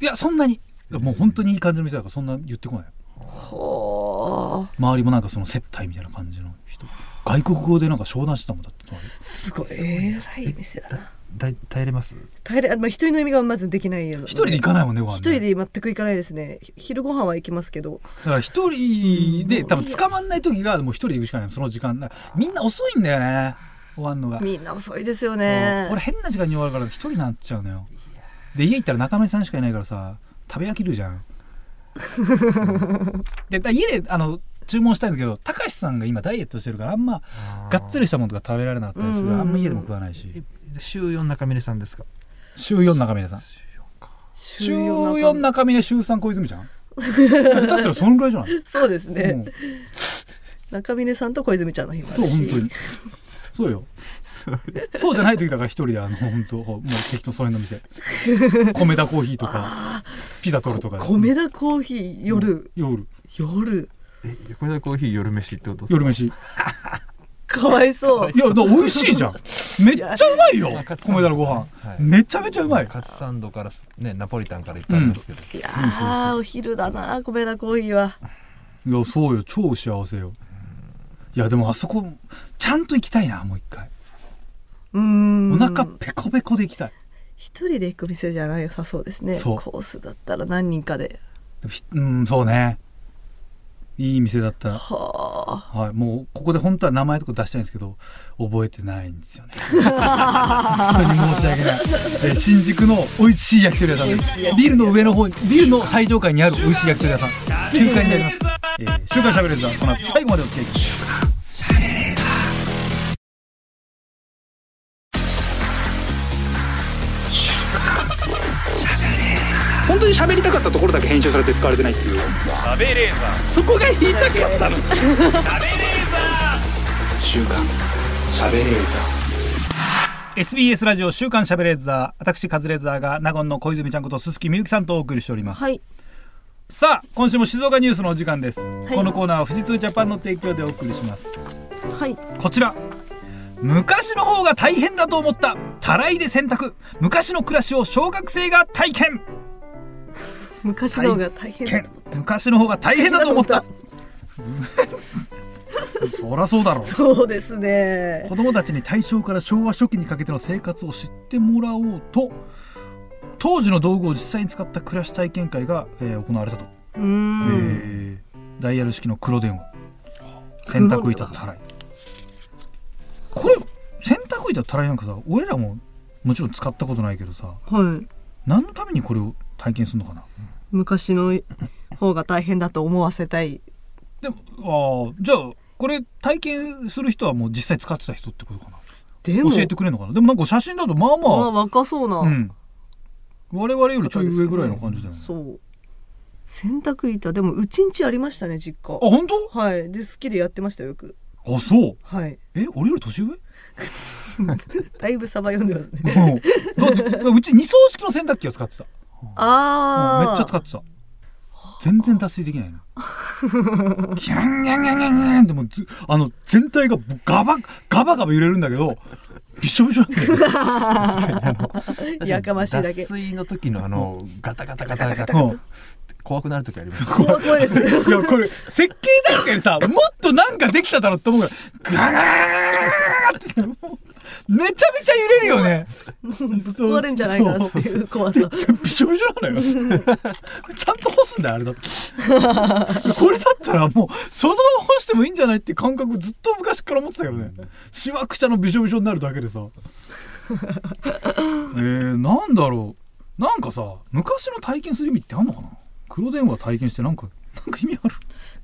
B: いやそんなに
D: えー
B: もう本当にいい感じの店だからそんな言ってこない
C: ほー
B: 周りもなんかその接待みたいな感じの人外国語でなんか商談してたもんだって隣
C: すごいえらい店だな
D: だい耐えれます
C: 耐えれ、まあ、一人の意味がまずできないよ
B: 一人で行かないもんねご飯ね
C: 一人で全く行かないですねひ昼ご飯は行きますけど
B: だから一人で多分捕まんない時がもう一人で行くしかないその時間だみんな遅いんだよね終わんのが、
C: みんな遅いですよ
B: そう
C: ね
B: 俺変な時間に終わるから一人になっちゃうのよで家行ったら中野さんしかいないからさ食べ飽きるじゃんでだ家であの注文したいんだけどたかしさんが今ダイエットしてるからあんまがっつりしたものとか食べられなかったりするから、
C: うん
B: あん
C: うんうん
B: ま家でも食わないし
D: え週4中峰さんですか
B: 週4中峰さん
D: 週4か
B: 週4中峰週3小泉ちゃん下手したらそのぐらいじゃ
C: *laughs*
B: ない、
C: そうですね、
B: うん、
C: 中峰さんと小泉ちゃんの日もあ
B: そう
C: る
B: 本
C: し
B: 当にそうよそうじゃない時だから一人であの本当もう適当それの店米田コーヒーとかピザ取るとかで
C: 米田コーヒー夜、
B: 夜
C: 夜
D: え横田コーヒー夜飯ってことですか
B: 夜飯い
C: かわいそう
B: やだから美味しいじゃんめっちゃうまいよ
D: や
B: 米田のご飯、
D: はい
B: めちゃめちゃうまい
D: カツサンドからねナポリタンから行ったんですけど、
C: いやーお昼だな米田コーヒーはい
B: やそうよ超幸せよいやでもあそこちゃんと行きたいなもう一回
C: うーん
B: お腹ペコペコで行きたい
C: 一人で行く店じゃないよさそうですね
B: そう
C: コースだったら何人かで
B: でもひうんそうねいい店だったら
C: はあ
B: はい、もうここで本当は名前とか出したいんですけど覚えてないんですよね本当に申し訳ない、えー新宿の美味しい焼き鳥屋さんで
C: 美味しい焼き鳥
B: す
C: 屋
B: ビルの上の方にビルの最上階にある美味しい焼き鳥屋さん9階にあります、えー、週刊しゃべれるこの後最後までお付き合いください
A: 本当に喋りたかったところだけ編集されて使われてないっていう喋れーさそこが言いたかったの喋れーさ週刊喋れーさ
B: SBS ラジオ週刊しゃべれーザー私カズレーザーが納言の小泉ちゃんこと鈴木みゆきさんとお送りしております
C: はい
B: さあ今週も静岡ニュースのお時間です、
C: い
B: このコーナーは富士通ジャパンの提供でお送りします
C: はい
B: こちら昔の方が大変だと思ったたらいで洗濯昔の暮らしを小学生が体験
C: 昔の方が大変だと思っ
B: 昔の方が大変だと思ったそらそうだろう
C: たそうですね
B: 子供たちに大正から昭和初期にかけての生活を知ってもらおうと当時の道具を実際に使った暮らし体験会が、えー行われたと、
C: うーん
B: えーダイヤル式の黒電話洗濯板たらいこれ洗濯板たらいなんかさ俺らももちろん使ったことないけどさ
C: はい
B: 何のためにこれを体験するのかな
C: 昔の方が大変だと思わせたい
B: でもあーじゃあこれ体験する人はもう実際使ってた人ってことかな
C: でも
B: 教えてくれるのかなでもなんか写真だとまあまあ
C: まあ若そうな、
B: うん、我々よりちょい上ぐらいの感じだよね。
C: そう洗濯板でもうちんちありましたね実家
B: あ本当？
C: はいで好きでやってましたよよく
B: あそう。
C: はい
B: え俺より *laughs* 年上？
C: だいぶサバ読んでますね
B: うんだってうち二層式の洗濯機を使ってた。うん
C: ああ
B: めっちゃ使ってた。全然脱水できないの。ギャンギャンギャンギャンギャンってもうずあの全体がガバガバガバ揺れるんだけどびっしょびしょなんだよ。
C: やかましいだけ
D: 脱水の時のあのガタガタガタガタ
B: うん
D: 怖くなる時あります
C: 怖い怖いですね
B: いやこれ設計段階でさもっとなんかできただろうと思うからガラーってもうめちゃめちゃ揺れるよね
C: ぶっ *laughs* 壊れんじゃないかなっていう怖さ
B: ちょびしょびしょなのよちゃんと干すんだよあれだってこれだったらもうそのまま干してもいいんじゃないって感覚ずっと昔から持ってたけどねしわくちゃのびしょびしょになるだけでさえー、なんだろうなんかさ昔の体験する意味ってあんのかな黒電話体験してなんかなんか意味ある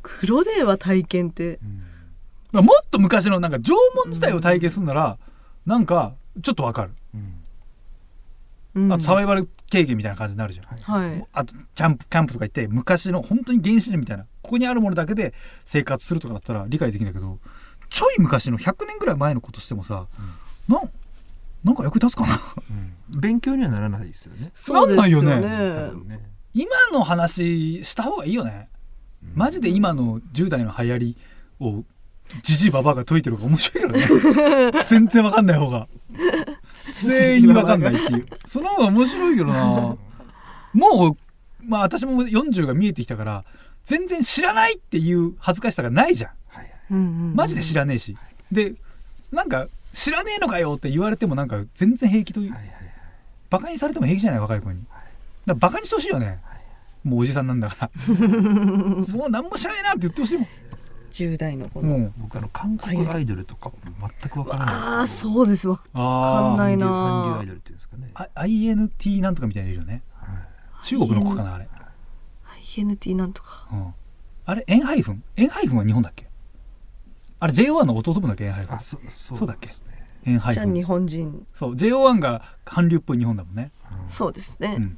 C: 黒電話体験って
B: まあもっと昔のなんか縄文時代を体験するなら、なんかちょっとわかる、
C: うん
B: あとサバイバル経験みたいな感じになるじゃん、
C: はい
B: あとキャンプキャンプとか行って昔の本当に原始人みたいなここにあるものだけで生活するとかだったら理解できるんだけどちょい昔の100年ぐらい前のことしてもさ、なんなんか役立つかな
D: 勉強にはならないですよね
C: そうですよ
B: なんな
D: 多
C: ね
D: 分ね
B: 今の話した方がいいよねマジで今の10代の流行りをじじいばばあが解いてる方が面白いからね全然わかんない方が全員わかんないっていうその方が面白いけどなもうまあ私も40が見えてきたから全然知らないっていう恥ずかしさがないじゃん
D: はいはい
B: マジで知
C: ら
B: らねえしでなんか知らねえのかよって言われてもなんか全然平気という
D: はいはい
B: バカにされても平気じゃない若い子にだからバカにしてほしいよねもうおじさんなんだからもう何も知らねえなって言ってほしいもん
C: 10代の子
B: も
C: の
B: う
D: 僕あの韓国アイドルとか全くわから
C: あ
D: ない
C: あ
D: ですけど
C: そうですわ
B: あ
C: わかんないな
D: 韓流アイドルっていうんですかね
B: あ INT なんとかみたいなのいるよね
D: はい
B: 中国の子かなあれ、
C: INT なんとか
B: うん、あれエンハイフンエンハイフンは日本だっけあれ JO1 の弟分だっけエンハイフン
D: あそそ
B: そうだっけ
D: ですね
B: エンハイ
C: じゃ
B: フ
C: あ日
B: ン
C: 本人
B: そう JO1 が韓流っぽい日本だもんね
D: うん
C: そうです
B: う
C: ね
B: ん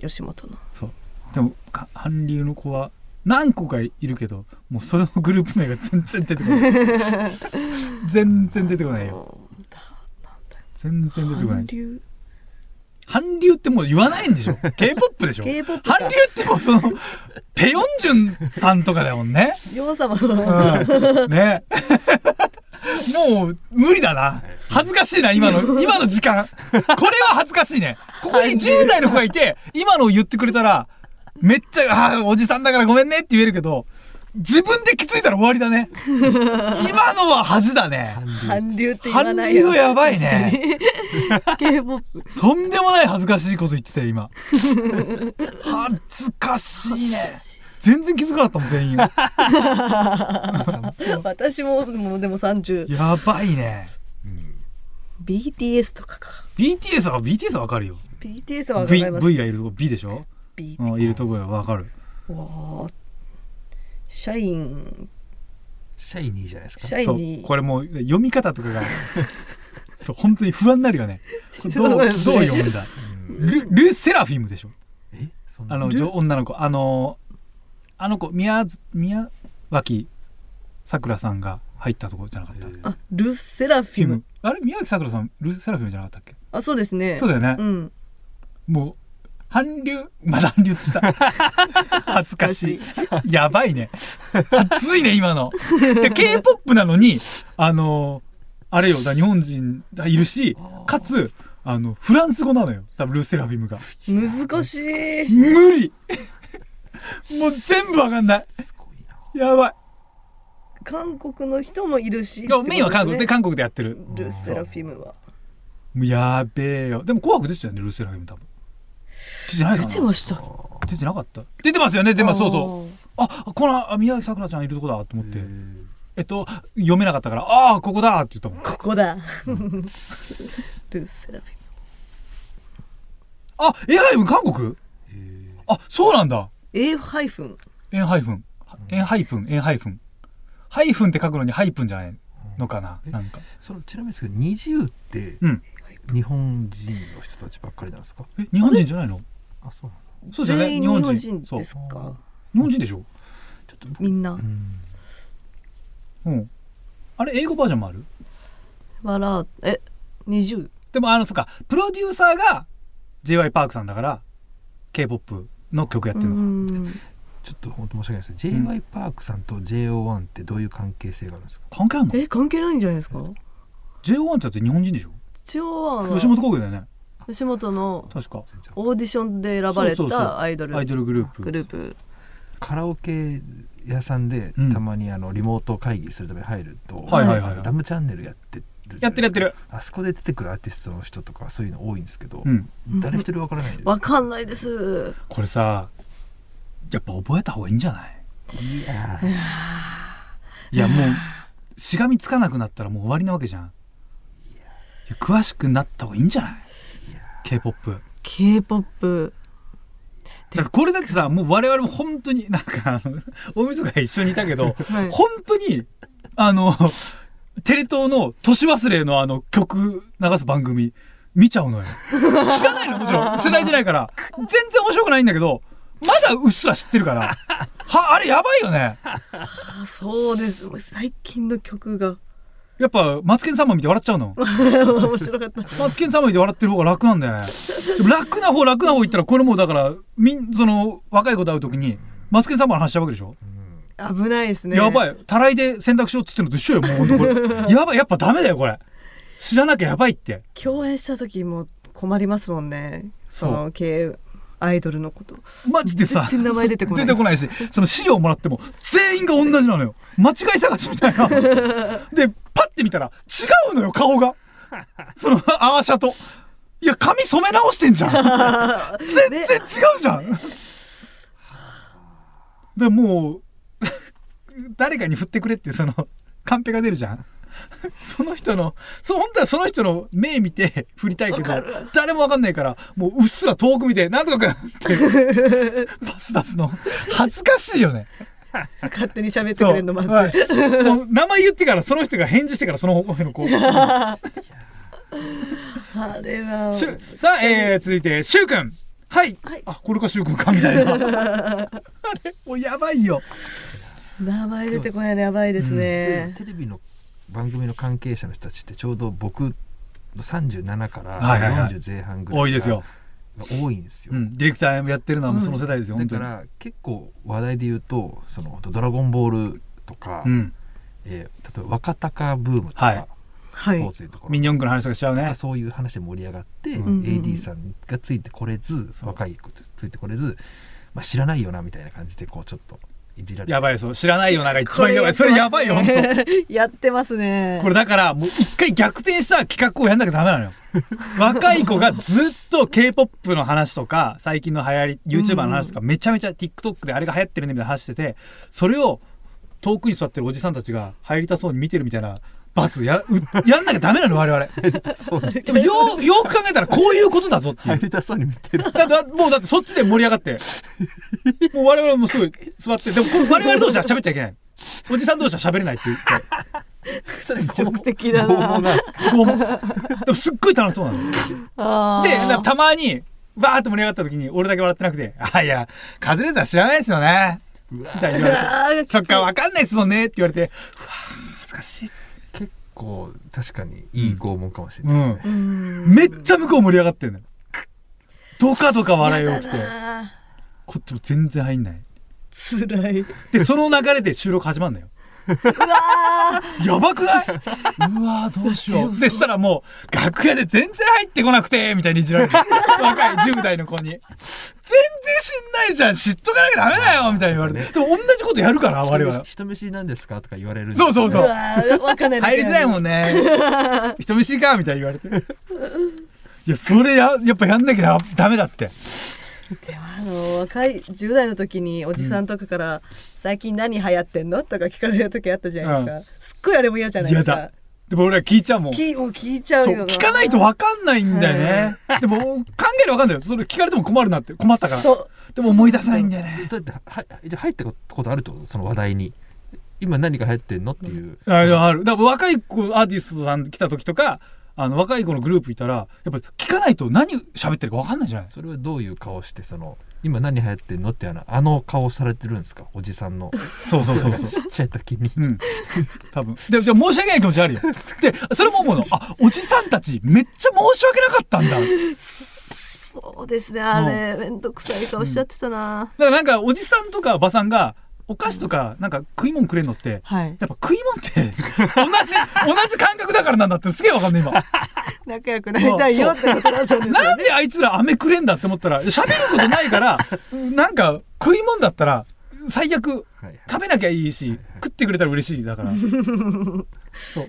C: 吉本の
B: そうでもか韓流の子は何個かいるけどもうそれのグループ名が全然出てこない全然出てこないよ
C: うんだ
B: 全然出てこな
C: 韓
B: い
C: 流
B: 韓流ってもう言わないんでしょ k p o p でしょ
C: K-POP か
B: 韓流ってもうそのペヨンジュンさんとかだもんね、
C: 弱さは
B: うん、ね *laughs* もう無理だな恥ずかしいな今の今の時間これは恥ずかしいねここに10代の子がいて今のを言ってくれたらめっちゃ「ああおじさんだからごめんね」って言えるけど自分で気づいたら終わりだね今のは恥だね
C: 韓流って言わ
B: 韓
C: ないよ
B: 流やばいね
C: K-POP
B: とんでもない恥ずかしいこと言ってたよ今恥ずかしいね全然気づかなかったもん全員や
C: 私ももうでも 30BTS
B: ばいね
C: とかか
B: BTS は BTS はわかるよ
C: BTS はわか
B: v,
C: ります
B: v がいるとこ B でしょ、
C: B
B: うん、いるとこはわかる
C: わあシャイン
D: シャイニーじゃないです
C: シ
D: か
C: ャイ
B: そう
C: ニー
B: これもう読み方とか *laughs* がそう本当に不安になるよねこれどうど
C: そう
B: う
C: ですね
B: 読むんだルル・セラフィムでしょ
D: えそんな
B: あの女女の子あのあの子宮津宮脇さくらさんが入ったとこじゃなかった、
D: えー
C: あル・セラフ
B: フィ
C: ィ
B: ム
C: ム
B: あれ宮脇さくらさんル・セラフィムじゃなかったっけ
C: あそうですね
B: そうだよね、
C: うん
B: もう韓流まだ韓流 *laughs* とした恥ずかしいやばいね熱いね今ので k p o p なのにあのあれよだから日本人がいるしかつあのフランス語なのよ多分ル・セラフィムが
C: 難しい
B: 無理もう全部わかんない
D: すごいな
B: やばい
C: 韓国の人もいるし
B: いやメインは韓国で
C: ってこ
B: 韓国でやってる
C: とですねル・セラフィムは
B: もうやべえよでも「紅白」出てたよねル・セラフィム多分出てないか
C: 出
B: な
C: てました
B: 出てなかった出てますよね出てますそうそう
C: う
B: あこのあ宮崎さくらちゃんいるとこだと思って、
D: えー
B: えっと読めなかったから「ああここだ」って言ったもん
C: ここだ *laughs* ル・セラフィム
B: 「あエンハイフン韓国
D: えー
B: あそうなんだ
C: A ハイフン
B: エンハイフンエンハイフンエンハイフンハイフンって書くのにハイプンじゃないのかな
D: え
B: なんか
D: そのちなみにですけど20って
B: うん
D: 日本人の人たちばっかりなんですか
B: え日本人じゃないの
D: あそうなんだ
B: そうですよね
C: 全員日本人
B: そう
C: ですか
B: 日本人でしょ
D: ちょっと僕
C: みんな
D: うん
B: うんあれ英語バージョンもある
C: 笑うえ20
B: でもあのそっかプロデューサーが j y パークさんだから k p o p の曲やってるのか、
C: うん
D: ちょっと本当申し訳ないです j y パークさんと JO1 ってどういう関係性があるんですか
B: 関係あんの
C: え関係ないんじゃないですか
B: ?JO1 ってだって日本人でしょ
C: 一応は
B: 吉本興業だよね
C: 吉本の
B: 確か
C: オーディションで選ばれ
B: そうそうそう
C: たアイドル
B: アイドルグループ
C: グループ
D: カラオケ屋さんで
B: うん
D: たまにあのリモート会議するために入ると、
B: はいはいはいはい
D: ダムチャンネルやってるじゃないですか
B: やってるやってる
D: あそこで出てくるアーティストの人とかそういうの多いんですけど、
B: うん
D: 誰一人わからないです
C: わかんないです
B: これさやっぱ覚えた方がいいんじゃない
D: いや
B: いやもうしがみつかなくなったらもう終わりなわけじゃんいや詳しくなった方がいいんじゃない k p o p
C: k p o p
B: だからこれだけさもう我々も本当になんかあの大晦日一緒にいたけど、
C: はい
B: 本当にあのテレ東の「年忘れ」のあの曲流す番組見ちゃうのよ知らないのもちろん世代じゃないから全然面白くないんだけどまだうっすら知ってるからはあれやばいよね
C: あそうですもう最近の曲が
B: やっぱマツケンサンバ見て笑っちゃうの
C: 面白かった
B: マツケンサンバ見て笑ってる方が楽なんだよねでも楽な方楽な方言ったらこれもうだからみんその若い子と会う時にマツケンサンバの話しちゃうわけでしょ
C: 危ないです
B: *laughs*
C: ね
B: やば
C: い
B: いたらいで洗濯しようっつってんのと一緒よもうほんとこれやばいやっぱダメだよこれ知らなきゃやばいって
C: 共演した時も困りますもんねそ
B: そ
C: の系アイドルのこと
B: マジでさ
C: 全然名前出てこない
B: 出てこないしその資料もらっても全員が同じなのよ間違い探しみた *laughs* いなでパッて見たら違うのよ顔がそのアーシャといや髪染め直してんじゃん
C: *laughs*
B: 全然違うじゃんでもう *laughs* 誰かに振ってくれってそのカンペが出るじゃん *laughs* その人のそう本当はその人の目見て振りたいけど
C: わかる
B: 誰も分かんないからもううっすら遠く見て「なんとかくん!」って
C: *laughs*
B: パス出すの恥ずかしいよね。
C: 勝手に喋ってく
B: そう
C: れるの待って、
B: はいもう名前言ってからその人が返事してからその方向へのこう
C: あれは
B: しゅさあ、えー、続いてしゅうくんはい、
C: はい
B: あこれかしゅうくんかみたいなあ
C: *laughs*
B: れもうやばいよ
C: 名前出てこないのやばいですね、
D: テレビの番組の関係者の人たちってちょうど僕の37か
B: はいはいはい
D: ら40前半ぐらい
B: 多いですよ、
D: が多いんですよ、
B: うん、ディレクターやってるのはもうその世代ですよ、
D: だ
B: 本当
D: か
B: に
D: ら結構話題で言うと「そのドラゴンボール」とか、
B: うん
D: えー例えば若鷹ブームとか、
B: はい
C: は
D: スポ
C: い
D: ーツでいうところ
B: ミニ四駆の話とかしちゃうね
D: そういう話で盛り上がって、
B: うん
D: AD さんがついてこれず若い子ついてこれず、まあ、知らないよなみたいな感じでこうちょっといじられて
B: やばいそう知らないよなんか一番やばいそれやばいよ本当
C: 当 *laughs* やってますね
B: *laughs* これだからもう一回逆転した企画をやんなきゃダメな
D: *laughs*
B: のよ若い子がずっと k p o p の話とか最近の流行り YouTuber の話とかめちゃめちゃ TikTok であれが流行ってるねみたいな話しててそれを遠くに座ってるおじさんたちが入りたそうに見てるみたいな罰やう *laughs* やんなきゃダメなの我々
D: そうね
B: でもようよく考えたらこういうことだぞっていう
D: 入りたそうに見
C: *laughs*
D: てる
B: だだもうだってそっちで盛り上がってもう我々もすぐ座ってでもこれ我々同士は喋っちゃいけないおじさん同士は喋れないって言って
C: 積極的だな
D: 拷問んですか
B: 拷問でもす *laughs* っごい楽しそうなの。
C: あー
B: でなんかたまにバーって盛り上がった時に俺だけ笑ってなくて「あいやカズレーザー知らないですよね」みたいに言わ
C: あ
B: れ
C: ー *laughs*
B: て「そっかわかんないですもんね」って言われて「うわー恥ずかしい
D: 結構確かにいい拷問かもしれないです
C: う
D: ね、
C: ん」
B: めっちゃ向こう盛り上がってんのよどかどか笑いを
C: や
B: 起きて
C: だな
B: こっちも全然入んない
C: つらいう
B: でその流れで収録始まるのよ
C: わ
B: やばくない *laughs* うわーどうしよ *laughs* うでしたらもう楽屋で全然入ってこなくてみたいにいじら *laughs* れて若い10代の子に全然知んないじゃん知っとかなきゃダメだよみたいに言われてでも同じことやるから我々
D: 人見知人見知りなんですかとか言われるんです
B: そ
D: よ
B: う *laughs*
D: ね
B: そうそう
C: ー
B: う
C: わーわかんない
B: 入りづらいもんね *laughs* 人見知りかみたいに言われていやそれややっぱやんなきゃダメだって
C: でもあの若い10代の時におじさんとかから「最近何流行ってんの?」とか聞かれる時あったじゃないですか、すっごいあれも嫌じゃないで
B: 嫌
C: す
B: だ
C: か
B: でも俺は聞いちゃうもん
C: 聞いもう聞いちゃう
B: そう
C: よ
B: 聞かないと分かんないんだよねでも考える分かんないよそれ聞かれても困るなって困ったから
C: そう
B: でも思い出せないんだよね
D: だってはじゃあ入ったことあるってことその話題に今何が流行ってんのっていう、
B: あいやあるだから若い子アーティストさん来た時とかあの若い子のグループいたらやっぱ聞かないと何喋ってるか分かんないじゃないですか
D: それはどういう顔してその今何流行ってんのってあのあの顔されてるんですかおじさんの
B: そうそうそうそう
D: ちっちゃい時に
B: うん多分でじゃあ申し訳ない気持ちあるよでそれも思うのあおじさんたちめっちゃ申し訳なかったんだだか
C: そうですねあれめんどくさい顔しちゃってたな、
B: らなんかおじさんとかおばさんがお菓子とかなんか食い物くれるのって
C: はい
B: やっぱ食い物って同じ同じ感覚だからなんだってすげえわかんない今
C: 仲良くなりたいよってことだったんですよ
B: なんであいつら飴くれんだって思ったら喋ることないからなんか食い物だったら最悪
D: はい
B: 食べなきゃいいし食ってくれたら嬉しいだからそう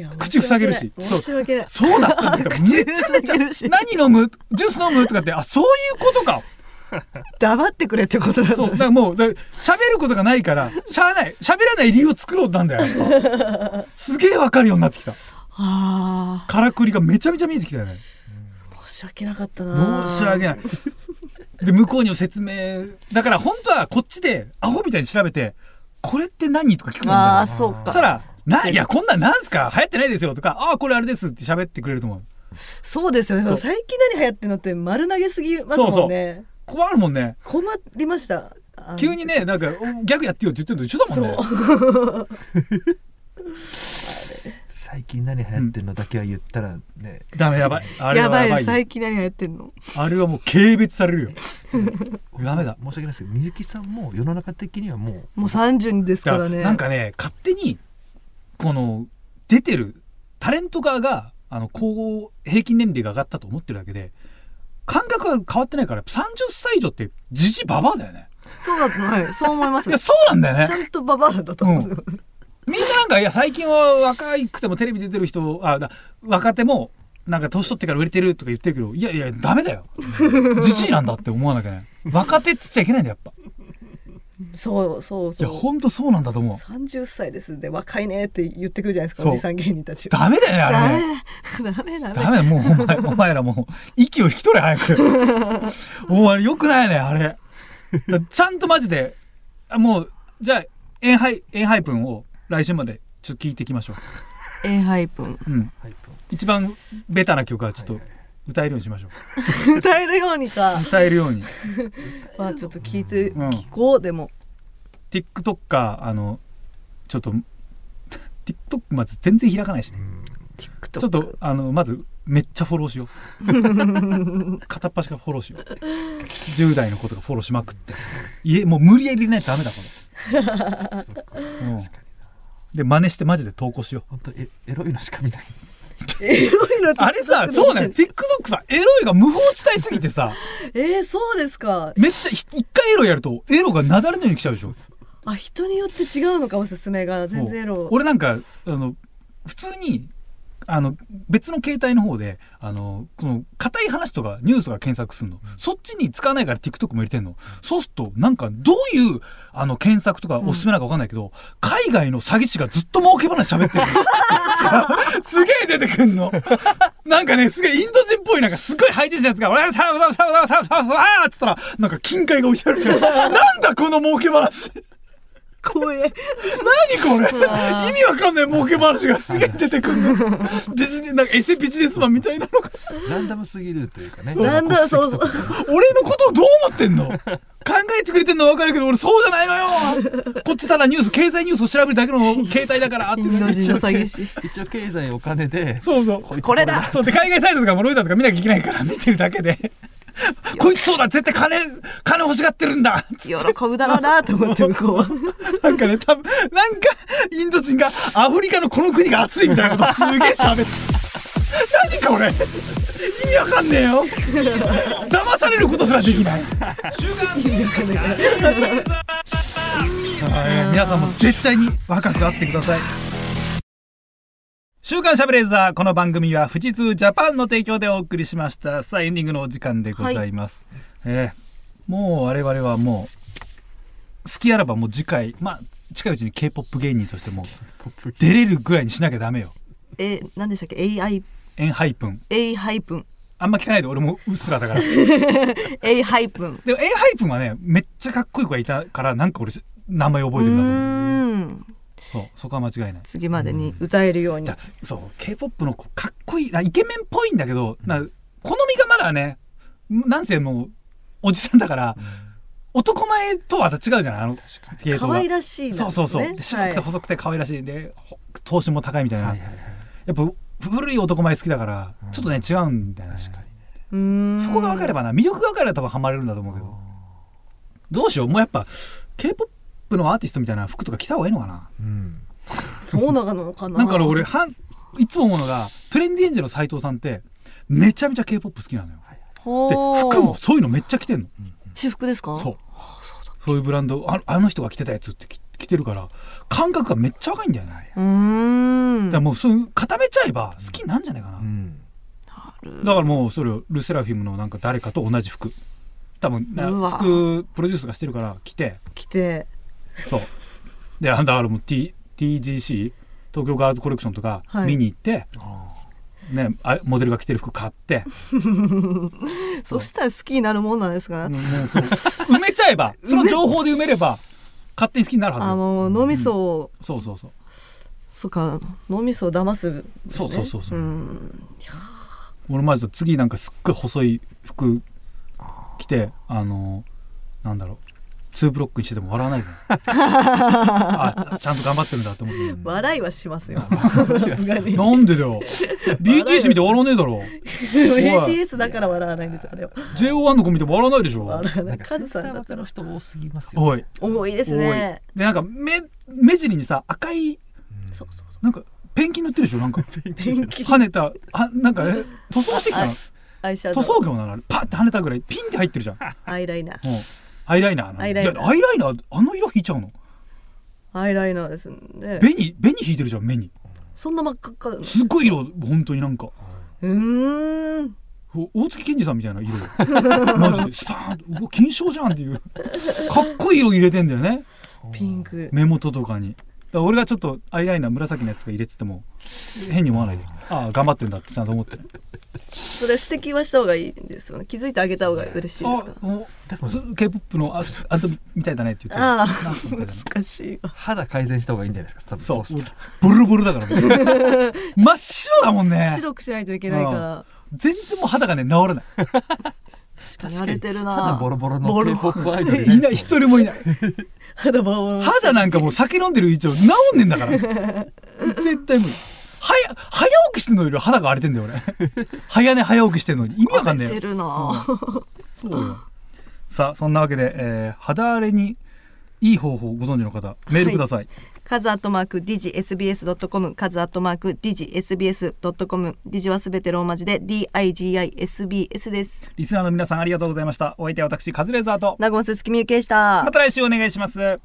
C: いや
B: *laughs* 口塞げるし
C: 申し訳ない申し
B: そうだったんだからめちゃめちゃ
C: 口塞げるし
B: 何飲むジュース飲むとかってあそういうことか
C: 訳ない黙ってくれってことだった
B: そ
C: ん
B: うだ
C: で
B: か
C: す
B: らもうだ喋ることがないからしゃあない喋らない理由を作ろうなんだよ *laughs* やっぱすげえわかるようになってきた
C: あ
B: からくりがめちゃめちゃ見えてきたよね
C: ー申し訳なかったな
B: 申し訳ないで向こうにも説明だから本当はこっちでアホみたいに調べて「これって何?」とか聞くんだ
C: ああ
B: よ
C: そうか
B: そしたら「ないやこんなんなんすか流行ってないですよ」とか「ああこれあれです」って喋ってくれると思う
C: そうですよねその
B: そ
C: 最近何流行ってるのって丸投げすぎますもんね
B: 困るもんね
C: 困りましたあの
B: 急にねなんかおギャグやってよって言ってるのと一緒だもんね
D: 最近何流行ってるのだけは言ったらね、
B: ダメやばいあれ
C: やば
B: はいやばい
C: 最近何流行ってんの
B: あれはもう軽蔑されるよダメだ
D: 申し訳ないですけどみゆきさんも世の中的にはもう
C: もう30です
B: だ
C: か
B: からら
C: ね
B: なんかね勝手にこの出てるタレント側があの高平均年齢が上がったと思ってるだけで感覚は変わってないから30歳以上ってじじばばだよね
C: そうだとはいそう思います
B: いやそうなんだよ
C: ちゃ
B: ね
C: んとババアだと思う、
B: みんななんかいや最近は若くてもテレビ出てる人あだ若手もなんか年取ってから売れてるとか言ってるけどいやいやダメ
C: *laughs*
B: だよじじいなんだって思わなきゃね若手っつっちゃいけないんだよやっぱ
C: そうそう
B: いや
C: そう
B: ほんとそうなんだと思う
C: 30歳ですで若いねって言ってくるじゃないです
B: そ
C: か
B: う
C: おじさん芸人たち
B: ダメだよねあ
C: ダ
B: れね
C: メダメダメ
B: ダメもうお
D: *laughs*
B: 前お前らもう息を引き取れ早くお前よくないねあれだちゃんとマジであもうじゃあエンハイエンハイプンを来週までちょっと聞いていきましょ
C: A ハイプン *laughs*
B: う、うん、
D: ハイプ
B: 一番ベタな曲はちょっと
D: はいはい
B: 歌えるようにしましょう
C: 歌えるようにか
B: 歌えるように
C: まあちょっと聞いて、
B: うん
C: 聞こうでも
B: TikToker あのちょっと TikTok まず全然開かないしね
C: TikTok
B: ちょっとあのまずめっちゃフォローしよ *laughs* う片っ端からフォローしよう10代の子とかフォローしまくっていえもう無理やり入れないとダメだこ *laughs*
D: 確か
B: れ、
D: に
B: うん
D: な
B: で真似してマジで投稿しよう
D: 本当エエロいのしか見ない
C: エロいの TikTok
B: あれさ *laughs* そうね TikTok さエロいが無法地帯すぎてさ
C: えー、そうですか
B: めっちゃひ一回エロやるとエロがなだれのように来ちゃうでしょ
C: あ人によって違うのかおすすめが全然エ
B: そう
C: ロ
B: 俺なんかあの普通にあの別の携帯の方であのこの硬い話とかニュースとか検索するの、そっちに使わないから TikTok も入れてんの、そうするとなんかどういうあの検索とかおすすめなのか分かんないけど、海外の詐欺師がずっと儲け話喋ってるすげえ出てくんのなんかねすげえインド人っぽいなんかすごいハイテンションのやつが「わらさわらさわらさわらさわら」っつったらなんか金塊が置いてあるみたいななんだこの儲け話
C: 怖え
B: 何これ
C: あー
B: 意味わかんない儲け話がすげえ出てくるのビジネなんかエセビジネスマンみたいなのが
D: ランダムすぎるというかね
C: ランダムそうそう
B: 俺のことをどう思ってんの考えてくれてんのはわかるけど俺そうじゃないのよこっちただニュース経済ニュースを調べるだ
C: *laughs*
B: けの携帯だからって
C: イ
B: いう
C: ンド
B: だけ
C: 人の詐欺師
D: 一応経済お金で
B: そうそう
D: いつ
C: これだ
B: そうで海外サイトとかもロイターとか見なきゃいけないから見てるだけでこいつそうだ絶対金金欲しがってるんだ
C: 喜ぶだろうなと思って向こう
B: *laughs*
C: は
B: なんかね多分なんかインド人がアフリカのこの国が暑いみたいなことすげえ喋って何これ意味わかんねえよ騙されることすらできないはい皆さんも絶対に若くあってください週刊シャブレーザーこの番組は富士通ジャパンの提供でお送りしましたさあエンディングのお時間でございます、えーもう我々はもう好きあらばもう次回まあ近いうちに k p o p 芸人としても
D: ポップ
B: 出れるぐらいにしなきゃダメよ
C: え何でしたっけ AI
B: エンハイプン
C: A ハイプン
B: あんま聞かないで俺もうっすらだから
C: A ハイプン
B: でも A ハイプンはねめっちゃかっこいい子がいたからなんか俺名前覚えてるんだと思う
C: うん
B: そうそこは間違いない
C: 次までに歌えるように
B: だそう k p o p の子かっこいいなイケメンっぽいんだけどな好みがまだねなんせもうおじさんだから男前とはまた違うじゃないあの系統
C: 可
B: が
C: 愛らしいなん
B: そう
C: です
B: そ
C: ね
B: うそうで白くて
C: はい
B: 細くて可愛らしいでほ頭身も高いみたいな、
D: はいはいはい
B: やっぱ古い男前好きだから
D: うん
B: ちょっとね違うんだよね
D: 確かにね
C: うーん
B: そこが分かればな魅力が分かれば多分ハマれるんだと思うけどどうしようもうやっぱ k p o p のアーティストみたいな服とか着た方がいいのかな
D: うん
C: そうなのかな
B: なんかあの俺はんいつも思うのがトレンディエンジェルの斎藤さんってめちゃめちゃ k p o p 好きなのよで
E: ほー
B: 服もそういうのめっちゃ着てんの
E: 私服ですか
B: そうそういうブランドああの人が着てたやつって着着てるから感覚がめっちゃ若いんだよね
E: うーん
B: だからもうそういう固めちゃえば好きになんじゃないかな、
D: うん
B: だからもうそれをルセラフィムのなんか誰かと同じ服多分な
E: うわ
B: 服プロデュースがしてるから着て
C: 来て
B: そうであだからもう、T、TGC 東京ガールズコレクションとか
C: はい
B: 見に行って、
D: あ
B: ね、あモデルが着てる服買
C: *laughs*
B: って
C: そしたら好きになるもんなんですか、
B: もうそう埋めちゃえば *laughs* その情報で埋めれば勝手に好きになるはず
C: あもう脳みそを、
B: そうそうそう
C: そうか脳みそを騙すんです、
B: そ
C: ね、
B: うそうそうそうん俺マジで次なんかすっごい細い服着てあのなんだろう2ブロックにしてても笑わ
C: *laughs*
B: ないであちゃんと頑張ってるんだって思って
C: 笑いはしま
B: *laughs*
C: すよさすがに *laughs*
B: なんでだよ BTS 見て笑わねえだろ
C: BTS だから笑わないんですよあれは
B: JO1 の子見ても笑わないでしょ
C: 笑わな
D: ないんかセ
C: カズ
D: ンタ
C: さんだっ
D: ー
C: た
D: 型
C: ら
D: の人多すぎますよ、
B: おい
C: 多いですね
B: おいでなんか目目尻にさ赤い
D: うん
C: そうそうそ
B: なんかペンキ塗ってるでしょなんか
C: う *laughs* ペンキ
B: 跳ねたあなんかね塗装してきたの
C: アイシャド
B: 塗
C: ウ
B: 装業なのあれパッて跳ねたぐらいピンって入ってるじゃん
C: アイライナー
B: もうアイライナーの
C: アイライナー
B: いやアイライナーあの色引いちゃうの
C: アイライナーですね
B: 紅紅引いてるじゃん目に
C: そんな真っ赤っかなんです
B: すごい色本当になんか
C: うーん
B: お大月健二さんみたいな色
C: *laughs*
B: マジでスパーンとうわ金賞じゃんっていうかっこいい色入れてんだよね
C: ピンク
B: 目元とかにだから俺がちょっとアイライナー紫のやつが入れてても変に思わないでああ頑張ってるんだってちゃんと思ってる
C: それ指摘はした方がいいんですよね気づいてあげた方が嬉しいですか
B: あもう k p o p のああとみたいだねって言って
C: あ
B: な
C: あ
B: んかみたいだね
C: 難しいわ
D: 肌改善した方がいいんじゃないですか多分
B: そう
D: したら
B: ボロボロだ
C: *laughs*
B: から真っ白だもんね
C: 白くしないといけないから
B: 全然もう肌がね治らない
C: 確かに慣れてる
D: 肌
C: な
D: ボロボロ
C: ボ
D: の
C: ロ *laughs*
D: K-POP アイドル
B: いない一人もいない
C: 肌ボロボロ
B: 肌なんかもう酒飲んでる以上治んねんだから
C: *laughs*
B: 絶対無理早早起きしてんのより肌が荒れてんだよ俺早寝早起きしてんのに意味わかんね
C: 荒
B: え
C: れて
B: よ
C: るな
B: そうよさあそんなわけで、えー肌荒れにいい方法をご存知の方メールください、
C: カズアットマークディジ SBS.com カズアットマークディジ SBS.com ディジはすべてローマ字で DIGISBS です
B: リスナーの皆さんありがとうございましたお相手は私カズレーザーと
C: 名古屋鈴木みゆきでした
B: また来週お願いします